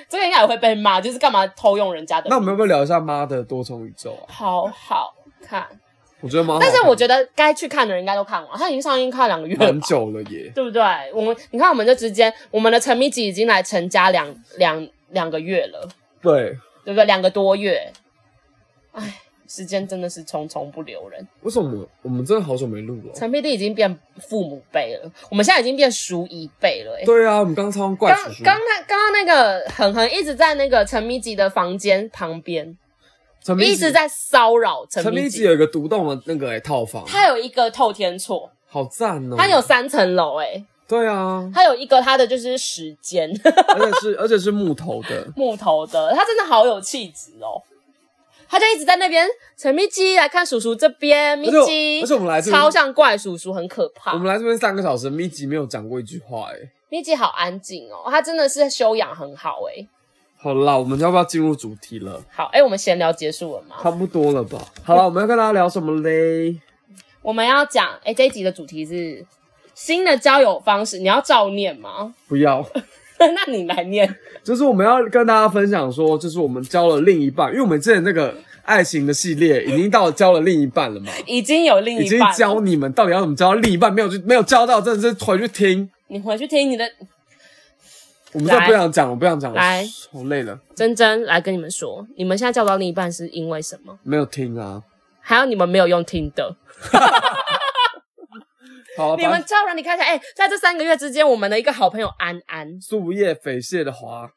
Speaker 2: 这个应该也会被骂，就是干嘛偷用人家的？
Speaker 1: 那我们要不要聊一下《妈的多重宇宙》啊？
Speaker 2: 好好看，
Speaker 1: 我觉得蛮好看，
Speaker 2: 但是我觉得该去看的人应该都看完，他已经上映看两个月
Speaker 1: 哦
Speaker 2: 了
Speaker 1: 很
Speaker 2: 吧。
Speaker 1: 久了耶。
Speaker 2: 对不对？我们你看，我们这之间，我们的沉迷集已经来成家两两两个月了，
Speaker 1: 对，
Speaker 2: 对不对？两个多月，唉，时间真的是匆匆不留人。
Speaker 1: 为什么我们真的好久没录了？
Speaker 2: 陈 PD 已经变父母辈了，我们现在已经变叔姨辈了、欸。
Speaker 1: 对啊，我们刚刚超像怪
Speaker 2: 刚
Speaker 1: 叔叔，
Speaker 2: 刚那刚刚那个恒恒一直在那个陈迷吉的房间旁边，
Speaker 1: 陈明
Speaker 2: 一直在骚扰陈
Speaker 1: 陈
Speaker 2: 迷
Speaker 1: 明吉
Speaker 2: 吉。
Speaker 1: 有一个独栋的那个哎套房，
Speaker 2: 他有一个透天厝，
Speaker 1: 好赞哦。
Speaker 2: 他有三层楼，哎，
Speaker 1: 对啊，
Speaker 2: 他有一个他的就是时间
Speaker 1: 而且是而且是木头的，
Speaker 2: 木头的，他真的好有气质哦。他就一直在那边，陈密基来看叔叔这边，密
Speaker 1: 而且我
Speaker 2: 基，
Speaker 1: 而且我们来这边
Speaker 2: 超像怪叔叔，很可怕
Speaker 1: 我。们来这边三个小时，密集没有讲过一句话、欸，哎，
Speaker 2: 密基好安静哦，他真的是修养很好诶、
Speaker 1: 好啦，我们要不要进入主题了？
Speaker 2: 好哎诶、我们闲聊结束了吗？
Speaker 1: 差不多了吧？好了，我们要跟大家聊什么嘞？
Speaker 2: 我们要讲诶、这一集的主题是新的交友方式，你要照念吗？
Speaker 1: 不要，
Speaker 2: 那你来念。
Speaker 1: 就是我们要跟大家分享说，就是我们交了另一半，因为我们之前那个爱情的系列已经到了交了另一半了嘛，
Speaker 2: 已经有另
Speaker 1: 已
Speaker 2: 一
Speaker 1: 经
Speaker 2: 半了，
Speaker 1: 教你们到底要怎么交到另一半，没有就没有教到，真的是回去听。
Speaker 2: 你回去听你的
Speaker 1: 我们真的不想讲，我不想讲，
Speaker 2: 来
Speaker 1: 好累了，
Speaker 2: 珍珍来跟你们说，你们现在叫不到另一半是因为什么？
Speaker 1: 没有听啊。
Speaker 2: 还有你们没有用听的，
Speaker 1: 好，啊
Speaker 2: 你们
Speaker 1: 把
Speaker 2: 叫人你看起来，哎、在这三个月之间，我们的一个好朋友安安
Speaker 1: 树叶匪蟹的花，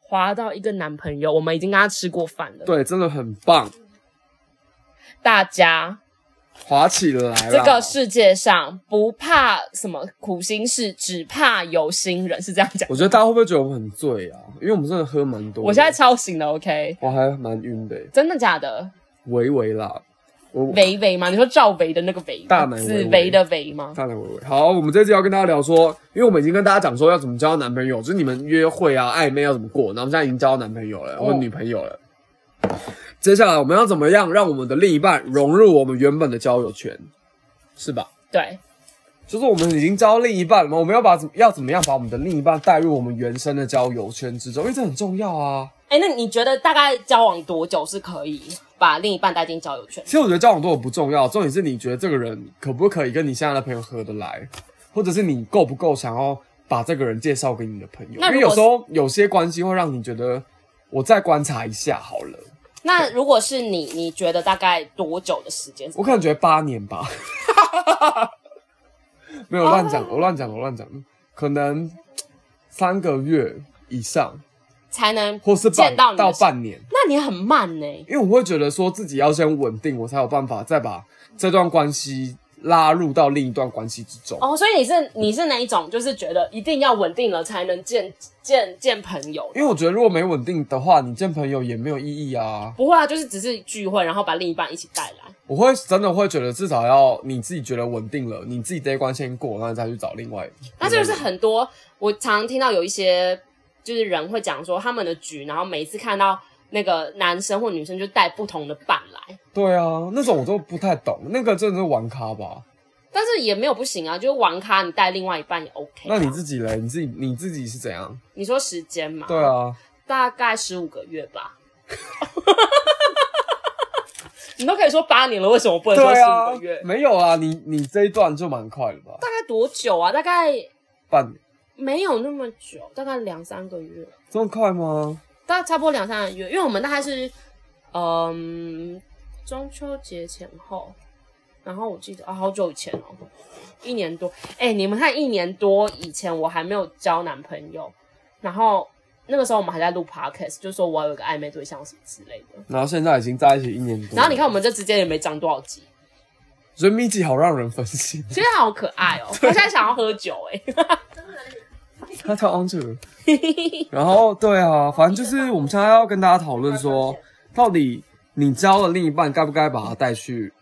Speaker 2: 滑到一个男朋友，我们已经跟他吃过饭了。
Speaker 1: 对，真的很棒，
Speaker 2: 大家，
Speaker 1: 滑起来啦。
Speaker 2: 这个世界上不怕什么苦心事，只怕有心人，是这样讲。
Speaker 1: 我觉得大家会不会觉得我们很醉啊？因为我们真的喝蛮多的。
Speaker 2: 我现在超醒了，OK？
Speaker 1: 我还蛮晕的欸，
Speaker 2: 真的假的？
Speaker 1: 微微啦，我
Speaker 2: 维维吗？你说赵维的那个维，
Speaker 1: 大奶维维
Speaker 2: 紫薇的维吗？
Speaker 1: 大奶微微。好，我们这次要跟大家聊说，因为我们已经跟大家讲说要怎么交男朋友，就是你们约会啊、暧昧要怎么过。那我们现在已经交到男朋友了，
Speaker 2: 哦
Speaker 1: 或女朋友了。接下来我们要怎么样让我们的另一半融入我们原本的交友圈，是吧？
Speaker 2: 对，
Speaker 1: 就是我们已经交另一半了嘛，我们要把怎么要怎么样把我们的另一半带入我们原生的交友圈之中，因为这很重要啊。
Speaker 2: 哎、那你觉得大概交往多久是可以把另一半带进交友圈？
Speaker 1: 其实我觉得交往多久不重要，重点是你觉得这个人可不可以跟你现在的朋友合得来，或者是你够不够想要把这个人介绍给你的朋友。
Speaker 2: 那
Speaker 1: 因为
Speaker 2: 如果
Speaker 1: 有时候有些关系会让你觉得，我再观察一下好了。
Speaker 2: 那如果是你，你觉得大概多久的时间？
Speaker 1: 我可能觉得八年吧， 没有乱讲，我乱讲，我乱讲，可能三个月以上，
Speaker 2: 才能
Speaker 1: 或是半
Speaker 2: 见到你的
Speaker 1: 到
Speaker 2: 时
Speaker 1: 半年。
Speaker 2: 那你很慢呢、
Speaker 1: 因为我会觉得说自己要先稳定，我才有办法再把这段关系拉入到另一段关系之中。
Speaker 2: 哦，所以你是你是哪一种？就是觉得一定要稳定了才能见见见朋友？
Speaker 1: 因为我觉得如果没稳定的话，你见朋友也没有意义啊。
Speaker 2: 不会啊，就是只是聚会，然后把另一半一起带来。
Speaker 1: 我会真的会觉得至少要你自己觉得稳定了，你自己这一关先过，然后再去找另外。
Speaker 2: 那这就是很多我常听到有一些就是人会讲说他们的局，然后每一次看到那个男生或女生就带不同的伴来，
Speaker 1: 对啊，那种我都不太懂，那个真的是玩咖吧？
Speaker 2: 但是也没有不行啊，就是玩咖你带另外一半也 OK 啊、
Speaker 1: 那你自己嘞？你自己你自己是怎样？
Speaker 2: 你说时间嘛？
Speaker 1: 对啊，
Speaker 2: 大概十五个月吧。 你都可以说八年了，为什么不能说
Speaker 1: 对
Speaker 2: 十
Speaker 1: 啊
Speaker 2: 五个月？，
Speaker 1: 没有啊，你你这一段就蛮快了吧？
Speaker 2: 大概多久啊？大概
Speaker 1: 半年
Speaker 2: 没有那么久，大概两三个月，
Speaker 1: 这么快吗？
Speaker 2: 大概差不多两三个月，因为我们大概是嗯中秋节前后，然后我记得啊，好久以前哦，一年多。哎、你们看，一年多以前我还没有交男朋友，然后那个时候我们还在录 podcast，就说我有一个暧昧对象什么之类的。
Speaker 1: 然后现在已经在一起一年多，
Speaker 2: 然后你看，我们这之间也没长多少集，
Speaker 1: 所以 m i k 好让人分心，
Speaker 2: 其实他好可爱哦、他现在想要喝酒哎、
Speaker 1: 他跳 onto 了。然后对啊，反正就是我们现在要跟大家讨论 说，到底你交了另一半，该不该把他带去，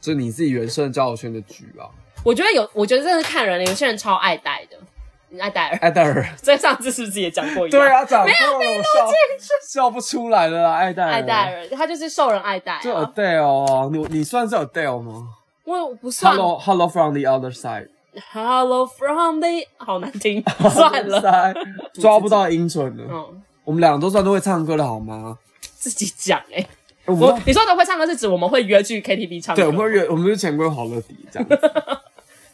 Speaker 1: 就是你自己原生交友圈的局啊？
Speaker 2: 我觉得有，我觉得真的是看人了，有些人超爱戴的，你爱戴尔，
Speaker 1: 艾戴尔，
Speaker 2: 所以上次是不是也讲过一样？
Speaker 1: 对，啊，讲错了，我笑笑不出来了啊啦，艾戴尔，
Speaker 2: 爱戴尔，他就是受人爱戴、
Speaker 1: 就
Speaker 2: 啊。
Speaker 1: Adele 啊，你你算是 Adele 吗
Speaker 2: 我我不算
Speaker 1: ？Hello Hello from the other side，
Speaker 2: Hello from the，好 难听， 算
Speaker 1: Other
Speaker 2: 了，
Speaker 1: side 抓不到音准了。
Speaker 2: 嗯，
Speaker 1: 我们两个都算都会唱歌的好吗？
Speaker 2: 自己讲哎、
Speaker 1: 我
Speaker 2: 我
Speaker 1: 们
Speaker 2: 你说的会唱歌是指我们会约去 KTV 唱
Speaker 1: 嗯
Speaker 2: 歌，
Speaker 1: 对，我们会约，我们是潜规好乐迪这样。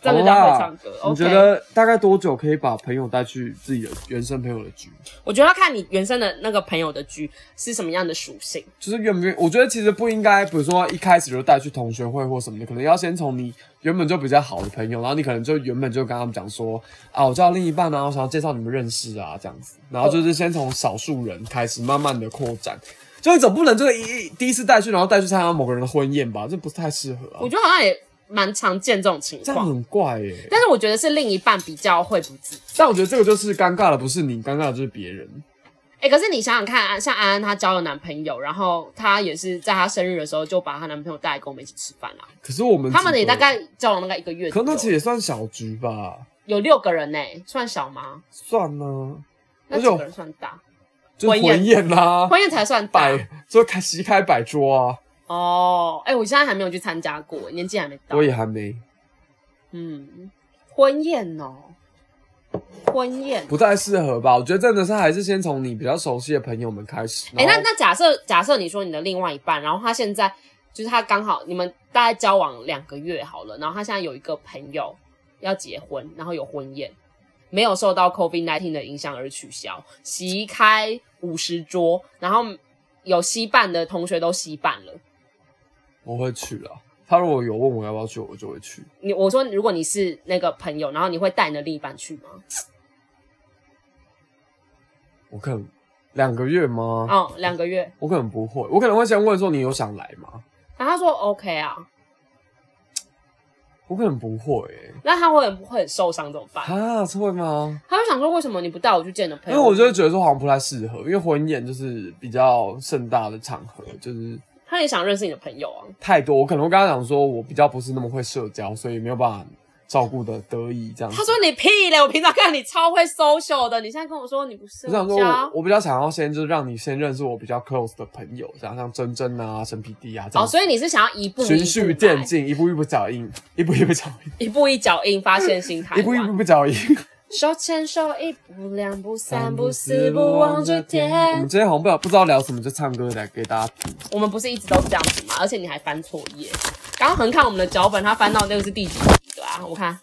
Speaker 2: 真的叫会唱歌。
Speaker 1: 哦你
Speaker 2: OK，
Speaker 1: 觉得大概多久可以把朋友带去自己的原生朋友的局？
Speaker 2: 我觉得要看你原生的那个朋友的局是什么样的属性。
Speaker 1: 就是愿不愿意？我觉得其实不应该，比如说一开始就带去同学会或什么的，可能要先从你原本就比较好的朋友，然后你可能就原本就跟他们讲说啊，我交另一半啊，我想要介绍你们认识啊，这样子，然后就是先从少数人开始，慢慢的扩展。就你总不能就是一一第一次带去，然后带去参加某个人的婚宴吧？这不太适合啊
Speaker 2: 我，觉得好像也蛮常见这种情
Speaker 1: 这样
Speaker 2: 况，
Speaker 1: 很怪耶、
Speaker 2: 但是我觉得是另一半比较会不自
Speaker 1: 但我觉得这个就是尴尬的，不是你，尴尬的就是别人。
Speaker 2: 哎、可是你想想看，安像安安她交了男朋友，然后她也是在她生日的时候就把她男朋友带来跟我们一起吃饭啦、啊
Speaker 1: 可是我们
Speaker 2: 他们
Speaker 1: 几
Speaker 2: 也
Speaker 1: 个
Speaker 2: 大，概交往大概一个月左
Speaker 1: 可
Speaker 2: 右，
Speaker 1: 那其实也算小局吧，
Speaker 2: 有六个人呢、算小吗？
Speaker 1: 算呢、那
Speaker 2: 那几
Speaker 1: 就
Speaker 2: 个人算大？
Speaker 1: 就是
Speaker 2: 婚
Speaker 1: 婚宴啦、
Speaker 2: 婚宴才啊算大
Speaker 1: 摆就开席开百桌啊，
Speaker 2: 哦。哎、我现在还没有去参加过，年纪还没到。
Speaker 1: 我也还没
Speaker 2: 嗯，婚宴哦，婚宴。
Speaker 1: 不太适合吧。我觉得真的是还是先从你比较熟悉的朋友们开始。
Speaker 2: 哎、
Speaker 1: 然
Speaker 2: 那
Speaker 1: 后
Speaker 2: 那假设假设你说你的另外一半，然后他现在就是他刚好你们大概交往两个月好了，然后他现在有一个朋友要结婚，然后有婚宴，没有受到 COVID nineteen 的影响而取消，席开五十桌，然后有惜办的同学都惜办了。
Speaker 1: 我会去了。他如果有问我要不要去，我就会去。
Speaker 2: 你我说，如果你是那个朋友，然后你会带你的另一半去吗？
Speaker 1: 我可能两个月吗？
Speaker 2: 哦，两个月，
Speaker 1: 我可能不会，我可能会先问说你有想来吗？
Speaker 2: 然后他说 OK 啊，
Speaker 1: 我可能不会、欸，
Speaker 2: 那他会很会很受伤怎么办？
Speaker 1: 啊，是会吗？
Speaker 2: 他会想说，为什么你不带我去见你的朋
Speaker 1: 因
Speaker 2: 友？
Speaker 1: 为我就会觉得说好像不太适合，因为婚宴就是比较盛大的场合，就是
Speaker 2: 他也想认识你的朋友啊。
Speaker 1: 太多。我可能会跟他讲说，我比较不是那么会社交，所以没有办法照顾的得宜这样子。
Speaker 2: 他说你屁嘞！我平常看你超会 social 的，你现在跟我说你不是哦
Speaker 1: 我想说我，我比较想要先就是让你先认识我比较 close 的朋友，像像珍珍啊、陈皮弟啊这
Speaker 2: 哦，
Speaker 1: 样子，
Speaker 2: 所以你是想要一步一步
Speaker 1: 循序渐
Speaker 2: 来，
Speaker 1: 进，一步一步脚印，一步一步脚印，
Speaker 2: 一步一脚印发现新台
Speaker 1: 一步一
Speaker 2: 湾。
Speaker 1: 步脚印，
Speaker 2: 手牵手，一步两步三步四步望着
Speaker 1: 我
Speaker 2: 天
Speaker 1: 们。今天好像不知道不知道聊什么，就唱歌来给大家听。
Speaker 2: 我们不是一直都这样子吗？而且你还翻错页。刚刚横看我们的脚本，他翻到那个是第几集的啊？我看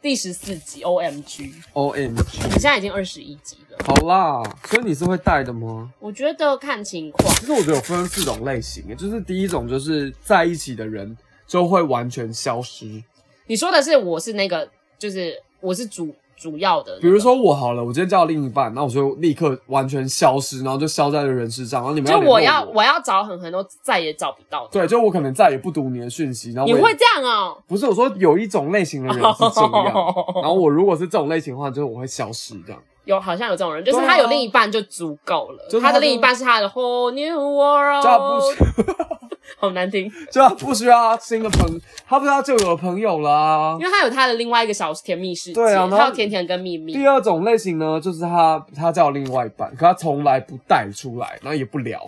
Speaker 2: 第十四集，O M G！
Speaker 1: O M G，
Speaker 2: 你现在已经二十一集了，
Speaker 1: 好啦，所以你是会带的吗？
Speaker 2: 我觉得看情况。
Speaker 1: 其实我觉得有分四种类型，就是第一种就是在一起的人就会完全消失。
Speaker 2: 你说的是我是那个，就是我是主主要的那个、
Speaker 1: 比如说我好了，我今天叫另一半，那我就立刻完全消失，然后就消在了人世上，然后你们
Speaker 2: 就
Speaker 1: 我
Speaker 2: 我要我要找很很多再也找不到的。
Speaker 1: 对，就我可能再也不读你的讯息，然后
Speaker 2: 你
Speaker 1: 我也
Speaker 2: 会这样哦、
Speaker 1: 不是我说有一种类型的人是这 样，然后我如果是这种类型的话，就是我会消失这样。
Speaker 2: 有好像有这种人，就是
Speaker 1: 对啊
Speaker 2: 他有另一半就足够了，
Speaker 1: 就是他
Speaker 2: 他
Speaker 1: 就
Speaker 2: 的另一半是他的 whole new
Speaker 1: 就他不
Speaker 2: world，
Speaker 1: 需，
Speaker 2: 好难听，
Speaker 1: 就他不需要新的朋友，他不需要旧有的朋友啦
Speaker 2: 因。为他有他的另外一个小甜蜜世界，
Speaker 1: 对啊然后啊
Speaker 2: 他有甜甜跟蜜蜜
Speaker 1: 第。二种类型呢，就是他他叫另外一半，可他从来不带出来，然后也不聊，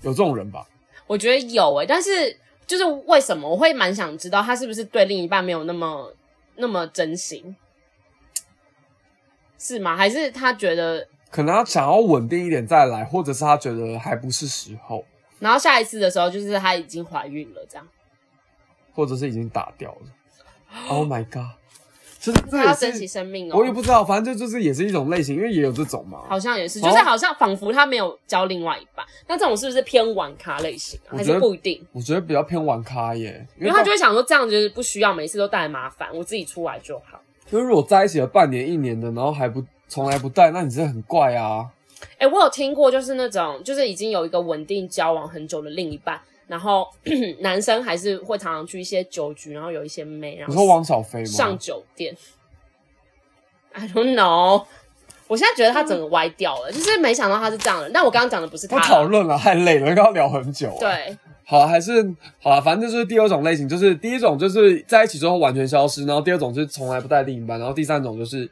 Speaker 1: 有这种人吧？
Speaker 2: 我觉得有欸诶、但是就是为什么我会蛮想知道他是不是对另一半没有那么那么真心，是吗？还是他觉得，
Speaker 1: 可能他想要稳定一点再来，或者是他觉得还不是时候，
Speaker 2: 然后下一次的时候就是他已经怀孕了这样？
Speaker 1: 或者是已经打掉了。Oh my god！就是这
Speaker 2: 他要珍
Speaker 1: 也
Speaker 2: 惜
Speaker 1: 是
Speaker 2: 生命哦、
Speaker 1: 我也不知道，反正就就是也是一种类型，因为也有这种嘛。
Speaker 2: 好像也是，
Speaker 1: 好
Speaker 2: 就是好像仿佛他没有交另外一半，那这种是不是偏玩咖类型啊？
Speaker 1: 我
Speaker 2: 还
Speaker 1: 觉得
Speaker 2: 是不一定？
Speaker 1: 我觉得比较偏玩咖耶，因为
Speaker 2: 因为他
Speaker 1: 到
Speaker 2: 就会想说这样就是不需要，每次都带来麻烦，我自己出来就好。
Speaker 1: 因为如果在一起了半年一年的，然后还不从来不带，那你真的很怪啊。
Speaker 2: 哎、我有听过，就是那种就是已经有一个稳定交往很久的另一半，然后 男生还是会常常去一些酒局，然后有一些妹，然
Speaker 1: 你说
Speaker 2: 后
Speaker 1: 王小飞吗？
Speaker 2: 上酒店。I don't know，我现在觉得他整个歪掉了，就是没想到他是这样的人。但我刚刚讲的不是他
Speaker 1: 不
Speaker 2: 啦，
Speaker 1: 讨论了，太累了，刚刚聊很久、啊。
Speaker 2: 对，
Speaker 1: 好啊，还是好啊，反正就是第二种类型，就是第一种就是在一起之后完全消失，然后第二种就是从来不带另一半，然后第三种就是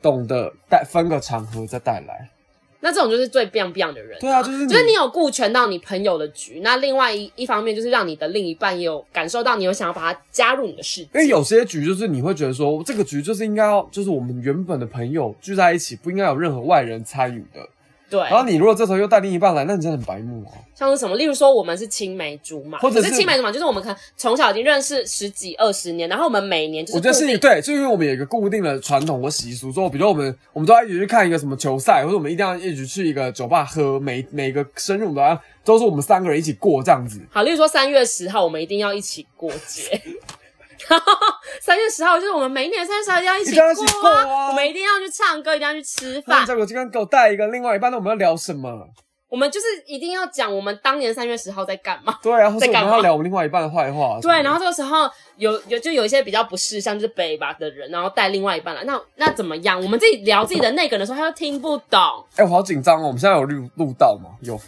Speaker 1: 懂得带分个场合再带来。
Speaker 2: 那这种就是最 biang biang 的人、
Speaker 1: 对啊就是你
Speaker 2: 就是你有顾全到你朋友的局，那另外一一方面就是让你的另一半也有感受到你有想要把他加入你的世
Speaker 1: 因为哎
Speaker 2: 界。
Speaker 1: 有些局就是你会觉得说，这个局就是应该要就是我们原本的朋友聚在一起，不应该有任何外人参与的。
Speaker 2: 对，
Speaker 1: 然后你如果这时候又带另一半来，那你真的很白目哦、
Speaker 2: 像是什么，例如说我们是青梅竹马，
Speaker 1: 或者
Speaker 2: 不
Speaker 1: 是
Speaker 2: 是青梅竹马，就是我们可能从小已经认识十几二十年，然后我们每年就是
Speaker 1: 我觉得是
Speaker 2: 固定
Speaker 1: 对，就因为我们有一个固定的传统或习俗，说比如说我们我们都要一起去看一个什么球赛，或者我们一定要一起去一个酒吧喝，每每个生日我们都要都是我们三个人一起过这样子。
Speaker 2: 好，例如说三月十号，我们一定要一起过 节。然后三月十号就是我们每一年三月十号一定要一
Speaker 1: 一
Speaker 2: 起
Speaker 1: 定要一起
Speaker 2: 过啊，
Speaker 1: 过啊
Speaker 2: 我们一定要去唱歌，一定要去吃
Speaker 1: 那
Speaker 2: 饭
Speaker 1: 结。果今天给我带一个另外一半，那我们要聊什么？
Speaker 2: 我们就是一定要讲我们当年三月十号在干嘛。
Speaker 1: 对啊，或者
Speaker 2: 在
Speaker 1: 我
Speaker 2: 干
Speaker 1: 们
Speaker 2: 嘛
Speaker 1: 要聊我们另外一半啊的坏话。
Speaker 2: 对，然后这个时候有有就有一些比较不识相就是北吧的人，然后带另外一半来，那那怎么样？我们自己聊自己的那个人的时候，他又听不懂，
Speaker 1: 哎、我好紧张哦，我们现在有录录到吗？有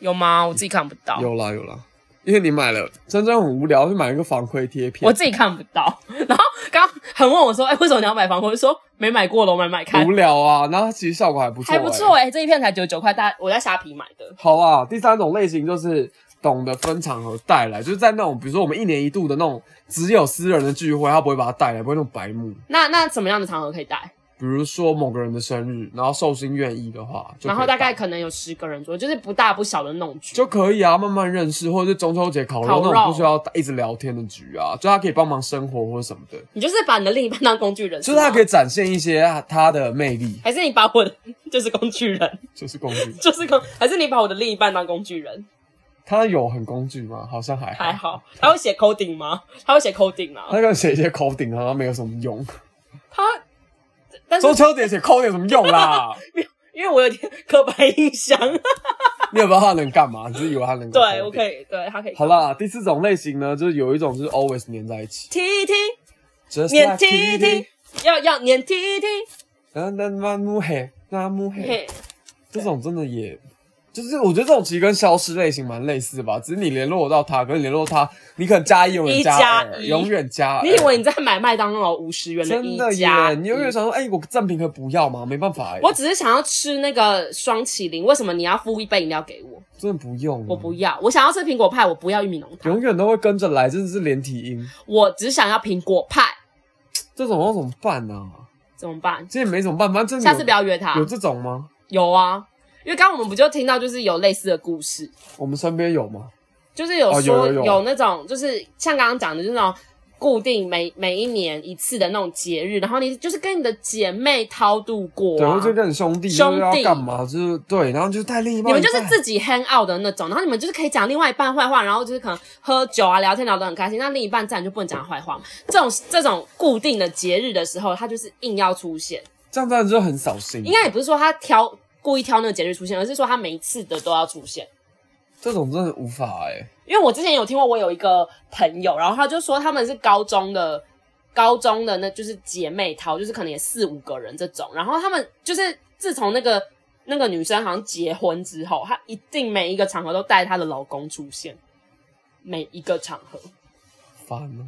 Speaker 2: 有吗？我自己看不到，
Speaker 1: 有啦有啦，因为你买了，真正很无聊，就买了个防窥贴片
Speaker 2: 我，自己看不到。然后刚刚很问我说，哎、为什么你要买房？我就说没买过了，我买买看
Speaker 1: 无，聊啊。然后其实效果还不错、欸
Speaker 2: 还不错。哎、这一片才九十九块，大我在虾皮买的。
Speaker 1: 好啊，第三种类型就是懂得分场合带来，就是在那种比如说我们一年一度的那种只有私人的聚会，他不会把它带来，不会那种白目。
Speaker 2: 那那什么样的场合可以带？
Speaker 1: 比如说某个人的生日，然后寿星愿意的话，就可以
Speaker 2: 然后大概
Speaker 1: 带
Speaker 2: 可能有十个人左右，就是不大不小的那种局。
Speaker 1: 就可以啊，慢慢认识，或者是中秋节烤肉
Speaker 2: 烤
Speaker 1: 那
Speaker 2: 肉
Speaker 1: 种不需要一直聊天的局啊，就他可以帮忙生活或者什么的，
Speaker 2: 你就是把你的另一半当工具人，
Speaker 1: 就是他可
Speaker 2: 以，
Speaker 1: 以展现一些他的魅力，
Speaker 2: 还是你把我的 就是工具人，
Speaker 1: 就是工具。
Speaker 2: 就是工，还是你把我的另一半当工具人？
Speaker 1: 他有很工具吗？好像还好
Speaker 2: 还好，他会写 coding 吗？他会写 coding 吗？
Speaker 1: 他可能写一些口顶好像没有什么用，
Speaker 2: 他，但是
Speaker 1: 中秋节写口顶有什么用 啦？
Speaker 2: 因为我有点刻板 印象，
Speaker 1: 你也不知道他能干嘛，你只以为他能。
Speaker 2: 对我
Speaker 1: 以。
Speaker 2: 可以，对他可以。
Speaker 1: 好，啦，第四种类型呢，就是有一种就是 always 粘在一起
Speaker 2: 踢一踢，
Speaker 1: ，just
Speaker 2: 粘
Speaker 1: like
Speaker 2: 踢一踢
Speaker 1: TT，，
Speaker 2: 要要粘踢一踢，
Speaker 1: 那那那木黑，那木黑。
Speaker 2: 嘿，
Speaker 1: 这种真的也，就是我觉得这种其实跟消失类型蛮类似吧，只是你联络得到他，可是你联络他，你可能加一永远
Speaker 2: 一加
Speaker 1: 二，
Speaker 2: 一
Speaker 1: 永远加二。
Speaker 2: 你以为你在买麦当劳五十元
Speaker 1: 啊真
Speaker 2: 一
Speaker 1: 的
Speaker 2: 加
Speaker 1: 耶？你永远想说，哎、我赠品可以不要吗？没办法哎，
Speaker 2: 我只是想要吃那个双麒麟，为什么你要付一杯饮料给我？
Speaker 1: 真的不用，啊
Speaker 2: 我不，要，我想要吃苹果派，我不要玉米浓汤，
Speaker 1: 永远都会跟着来，真的是连体婴，
Speaker 2: 我只想要苹果派，
Speaker 1: 这种要怎么办呢、啊？
Speaker 2: 怎么办？
Speaker 1: 这也没怎么办，反正真的
Speaker 2: 下
Speaker 1: 有
Speaker 2: 次不要约他。
Speaker 1: 有这种吗？
Speaker 2: 有啊，因为刚刚我们不就听到就是有类似的故事，
Speaker 1: 我们身边有吗？
Speaker 2: 就是有
Speaker 1: 哦有
Speaker 2: 说、
Speaker 1: 有有
Speaker 2: 那种就是像刚刚讲的，就是那种固定每每一年一次的那种节日，然后你就是跟你的姐妹超度过、
Speaker 1: 对，
Speaker 2: 啊
Speaker 1: 或，者跟你兄弟
Speaker 2: 兄
Speaker 1: 就
Speaker 2: 弟
Speaker 1: 是要干嘛？就是对，然后就是带另一半
Speaker 2: 你
Speaker 1: 一半，
Speaker 2: 们就是自己 hang out 的那种，然后你们就是可以讲另外一半坏话，然后就是可能喝酒啊、聊天聊得很开心。那另一半自然就不能讲他坏话嘛。这种这种固定的节日的时候，他就是硬要出现。
Speaker 1: 这样，当然就很扫兴。
Speaker 2: 应该也不是说他挑故意挑那个节日出现，而是说他每一次的都要出现。
Speaker 1: 这种真的无法哎、
Speaker 2: 因为我之前有听过，我有一个朋友，然后他就说他们是高中的，高中的那就是姐妹淘，就是可能也四五个人这种，然后他们就是自从那个那个女生好像结婚之后，她一定每一个场合都带她的老公出现，每一个场合，
Speaker 1: 烦哦、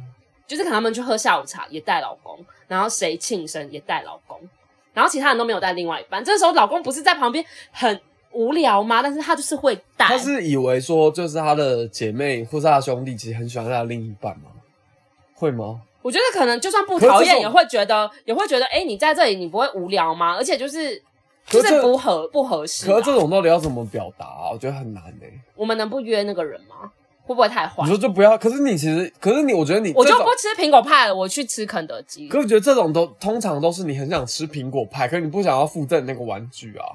Speaker 2: 就是可能他们去喝下午茶也带老公，然后谁庆生也带老公，然后其他人都没有带另外一半，这时候老公不是在旁边很无聊吗？但是他就是会带，
Speaker 1: 他是以为说，就是他的姐妹或是他的兄弟，其实很喜欢他的另一半吗？会吗？
Speaker 2: 我觉得可能就算不
Speaker 1: 可是
Speaker 2: 讨厌，
Speaker 1: 这种
Speaker 2: 也会觉得也会觉得，哎、你在这里你不会无聊吗？而且就是
Speaker 1: 可
Speaker 2: 就是
Speaker 1: 这
Speaker 2: 是不合不合适啊、
Speaker 1: 可是这种到底要怎么表达啊？我觉得很难诶、
Speaker 2: 我们能不约那个人吗？会不会太坏
Speaker 1: 你？说就不要，可是你其实，可是你，我觉得你
Speaker 2: 我就
Speaker 1: 这种
Speaker 2: 不吃苹果派了，我去吃肯德基
Speaker 1: 可。我觉得这种都通常都是你很想吃苹果派，可是你不想要附赠那个玩具啊。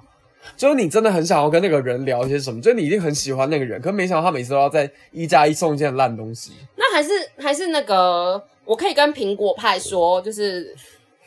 Speaker 1: 就是你真的很想要跟那个人聊一些什么，就是你一定很喜欢那个人，可没想到他每次都要在一加一送一件烂东西。
Speaker 2: 那还是还是那个，我可以跟苹果派说，就是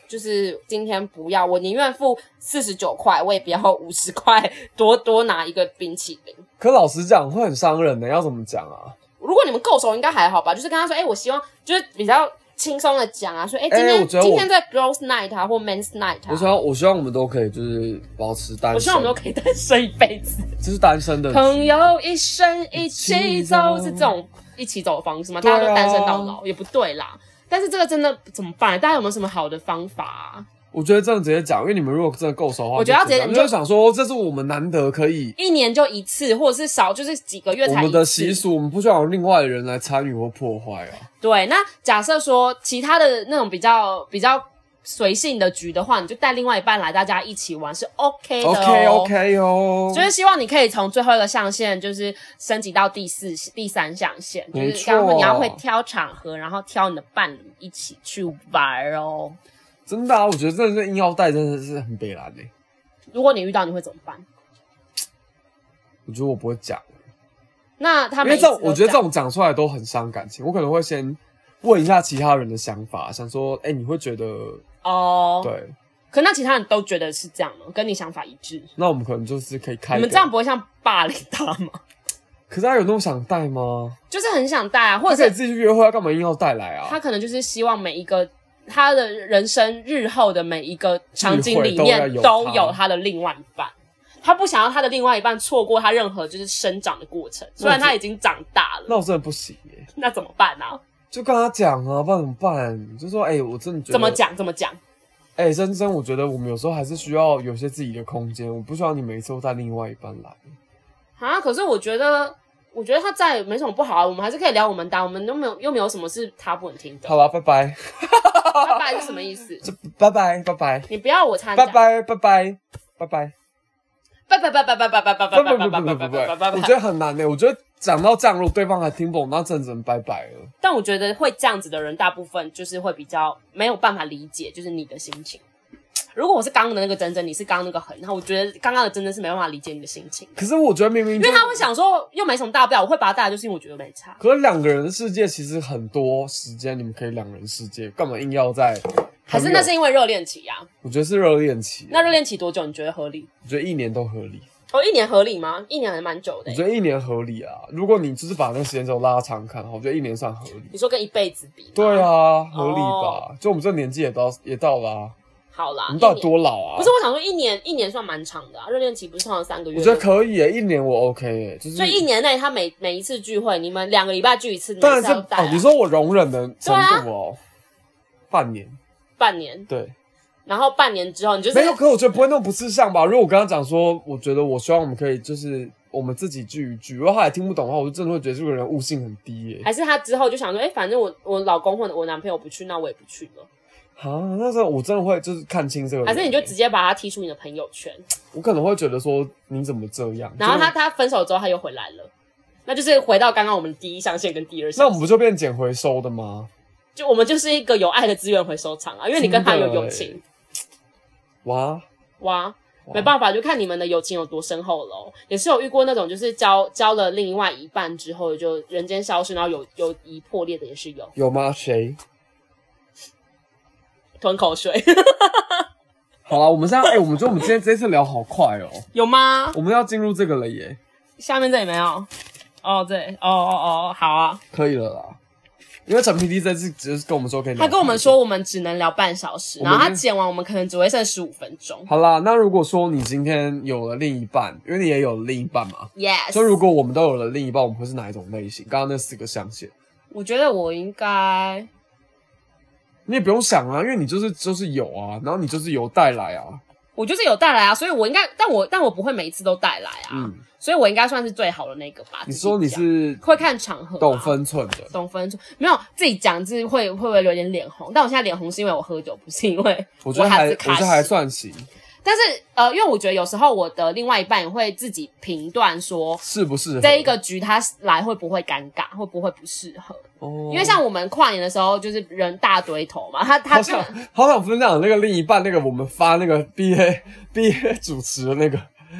Speaker 2: 就是今天不要，我宁愿付四十九块，我也不要五十块，多多拿一个冰淇淋。
Speaker 1: 可老实讲，会很伤人的、要怎么讲啊？
Speaker 2: 如果你们够熟，应该还好吧？就是跟他说，哎、我希望就是比较轻松的讲啊，说，哎、今
Speaker 1: 哎
Speaker 2: 天、
Speaker 1: 我觉得我
Speaker 2: 今天在 girls night 啊，或 men's night 啊，
Speaker 1: 我希望，我希望我们都可以就是保持单身，
Speaker 2: 我希望我们都可以单身一辈子，
Speaker 1: 这是单身的
Speaker 2: 朋友一生一起走，
Speaker 1: 一起走
Speaker 2: 是这种一起走的方式吗？
Speaker 1: 对啊
Speaker 2: 大家都单身到老、也不对啦。但是这个真的怎么办？大家有没有什么好的方法、啊？
Speaker 1: 我觉得这样直接讲，因为你们如果真的够熟的话，
Speaker 2: 我觉得要直接
Speaker 1: 你就想说，这是我们难得可以
Speaker 2: 一年就一次，或者是少，就是几个月
Speaker 1: 我
Speaker 2: 才一次。
Speaker 1: 们的习俗，我们不需要有另外的人来参与或破坏啊。
Speaker 2: 对，那假设说其他的那种比较比较随性的局的话，你就带另外一半来，大家一起玩是 OK 的、哦。
Speaker 1: OK OK 哦，
Speaker 2: 就是希望你可以从最后一个象限，就是升级到第四、第三象限，就
Speaker 1: 没
Speaker 2: 是
Speaker 1: 错
Speaker 2: 刚刚说你要会挑场合，然后挑你的伴侣一起去玩哦。
Speaker 1: 真的啊，我觉得真的是硬要带，真的是很悲欸蓝诶、
Speaker 2: 如果你遇到，你会怎么办？
Speaker 1: 我觉得我不会讲，
Speaker 2: 那他
Speaker 1: 因
Speaker 2: 每
Speaker 1: 为
Speaker 2: 一
Speaker 1: 这
Speaker 2: 次
Speaker 1: 种
Speaker 2: 都
Speaker 1: 我觉得这
Speaker 2: 样
Speaker 1: 种讲出来都很伤感情。我可能会欸先问一下其他人的想法，想说，哎、你会觉得
Speaker 2: 哦，
Speaker 1: 对？
Speaker 2: 可那其他人都觉得是这样吗？跟你想法一致？
Speaker 1: 那我们可能就是可以开。
Speaker 2: 你们这样，不会像霸凌他吗？
Speaker 1: 可是他有那么想带吗？
Speaker 2: 就是很想带啊，或
Speaker 1: 他
Speaker 2: 者
Speaker 1: 可以
Speaker 2: 是
Speaker 1: 自己去约会，他干嘛硬要带来
Speaker 2: 他
Speaker 1: 啊？
Speaker 2: 可能就是希望每一个他的人生日后的每一个场景里
Speaker 1: 聚会
Speaker 2: 面
Speaker 1: 都要有
Speaker 2: 都
Speaker 1: 他
Speaker 2: 有他的另外一半。他不想要他的另外一半错过他任何就是生长的过程，虽然他已经长大了，
Speaker 1: 那我真的不行耶，
Speaker 2: 那怎么办呢、啊？
Speaker 1: 就跟他讲啊，不然怎么办？就说哎、我真的觉得
Speaker 2: 怎么？讲？怎么讲？
Speaker 1: 哎、真真，我觉得我们有时候还是需要有些自己的空间，我不需要你每一次都带另外一半来。
Speaker 2: 啊，可是我觉得，我觉得他在也没什么不好啊，我们还是可以聊我们的啊，我们都没有又没有什么是他不能听的
Speaker 1: 好。了，拜拜，
Speaker 2: 拜拜是什么意思？
Speaker 1: 就拜拜，拜拜，
Speaker 2: 你不要我参加。
Speaker 1: 拜拜，拜拜，拜拜。
Speaker 2: 拜拜拜拜拜拜拜拜拜
Speaker 1: 不
Speaker 2: 拜
Speaker 1: 不
Speaker 2: 拜
Speaker 1: 不
Speaker 2: 拜
Speaker 1: 不
Speaker 2: 拜
Speaker 1: 不
Speaker 2: 拜拜
Speaker 1: 不，我
Speaker 2: 拜
Speaker 1: 觉
Speaker 2: 拜。
Speaker 1: 得很难欸呢、我觉得讲到这样，如果对方还听不懂，那真的只能拜拜了。
Speaker 2: 但我觉得会这样子的人，大部分就是会比较没有办法理解，就是你的心情。如果我是刚刚的那个真真，你是刚刚那个很，然后我觉得刚刚的真真是没办法理解你的心情，
Speaker 1: 可是我觉得明明
Speaker 2: 因
Speaker 1: 就
Speaker 2: 为他会想说又没什么大不了，我会把他带来，就是因为我觉得没差。
Speaker 1: 可是两个人的世界其实很多时间，你们可以两人世界，干嘛硬要在？
Speaker 2: 还是那是因为热恋期啊？
Speaker 1: 我觉得是热恋期，啊
Speaker 2: 那热恋期多久你觉得合理？
Speaker 1: 我觉得一年都合理，
Speaker 2: 哦，一年合理吗？一年还蛮久
Speaker 1: 我
Speaker 2: 的欸、
Speaker 1: 觉得一年合理啊。如果你就是把那个时间轴拉长看，我觉得一年算合理。
Speaker 2: 你说跟一辈子比？
Speaker 1: 对。啊，合理
Speaker 2: 嗯哦
Speaker 1: 吧？就我们这年纪也到也到啦、
Speaker 2: 好啦，
Speaker 1: 我们到底
Speaker 2: 一年
Speaker 1: 多老啊？
Speaker 2: 不是，我想说一年一年算蛮长的啊，热恋期不是通常三个月？
Speaker 1: 我觉得可以、欸，一年我 OK，、欸、就是
Speaker 2: 所以一年内他每每一次聚会，你们两个礼拜聚一次，
Speaker 1: 当然
Speaker 2: 每
Speaker 1: 是
Speaker 2: 次要带啊
Speaker 1: 哦，你说我容忍的程
Speaker 2: 对啊
Speaker 1: 度哦，半年
Speaker 2: 半年，
Speaker 1: 对，
Speaker 2: 然后半年之后你就是
Speaker 1: 没有，可我觉得不会那么不识相吧。如果我跟他讲说，我觉得我希望我们可以就是我们自己聚一聚，如果他也听不懂的话，我就真的会觉得这个人悟性很低耶、
Speaker 2: 还是他之后就想说，哎、反正我我老公或者我男朋友不去，那我也不去了。
Speaker 1: 啊，那时候我真的会就是看清这个人、
Speaker 2: 还是你就直接把他踢出你的朋友圈，
Speaker 1: 我可能会觉得说你怎么这样，
Speaker 2: 然后他
Speaker 1: 就是
Speaker 2: 他分手之后他又回来了，那就是回到刚刚我们第一象限跟第二
Speaker 1: 那
Speaker 2: 象
Speaker 1: 我
Speaker 2: 限，
Speaker 1: 们不就变捡回收的吗？
Speaker 2: 就我们就是一个有爱的资源回收厂啊，因为你跟他有友情
Speaker 1: 真哇，
Speaker 2: 哇。
Speaker 1: 哇
Speaker 2: 没办法，就看你们的友情有多深厚喽。也是有遇过那种，就是交交了另外一半之后，就人间消失，然后有友谊破裂的也是有。
Speaker 1: 有吗？谁？
Speaker 2: 吞口水，
Speaker 1: 好了，我们现在哎、我们觉得我们今天这次聊好快哦、
Speaker 2: 有吗？
Speaker 1: 我们要进入这个了耶，
Speaker 2: 下面这里没有。哦，对，哦哦哦，好啊。
Speaker 1: 可以了啦。因为陈 PD 这次只是跟我们说可以聊
Speaker 2: 他
Speaker 1: 太久，
Speaker 2: 跟我们说，我们只能聊半小时，
Speaker 1: 我
Speaker 2: 然
Speaker 1: 们
Speaker 2: 后他
Speaker 1: 就
Speaker 2: 剪完，我们可能只会剩十五分钟。
Speaker 1: 好啦，那如果说你今天有了另一半，因为你也有了另一半嘛，
Speaker 2: Yes，
Speaker 1: 所以如果我们都有了另一半，我们会是哪一种类型？刚刚那四个象限，
Speaker 2: 我觉得我应该，
Speaker 1: 你也不用想啊，因为你就是就是有啊，然后你就是有带来啊，
Speaker 2: 我就是有带来啊，所以我应该，但我但我不会每一次都带来啊，
Speaker 1: 嗯，
Speaker 2: 所以我应该算是最好的那个吧。
Speaker 1: 你
Speaker 2: 自己
Speaker 1: 说你
Speaker 2: 讲
Speaker 1: 是
Speaker 2: 会看场合，啊
Speaker 1: 懂，啊分寸的，
Speaker 2: 懂分寸，没有自己讲是会会不会有点脸红？但我现在脸红是因为我喝酒，不是因为
Speaker 1: 我觉得还我
Speaker 2: 我还是卡
Speaker 1: 觉得还
Speaker 2: 西
Speaker 1: 算行，
Speaker 2: 但是呃，因为我觉得有时候我的另外一半也会自己评断说，
Speaker 1: 适不适合
Speaker 2: 这一个局他来会不会尴尬，会不会不适合？
Speaker 1: 哦
Speaker 2: 因为像我们跨年的时候，就是人大堆头嘛，他他
Speaker 1: 好
Speaker 2: 就
Speaker 1: 想好想分享那个另一半那个我们发那个 毕业毕业主持的那个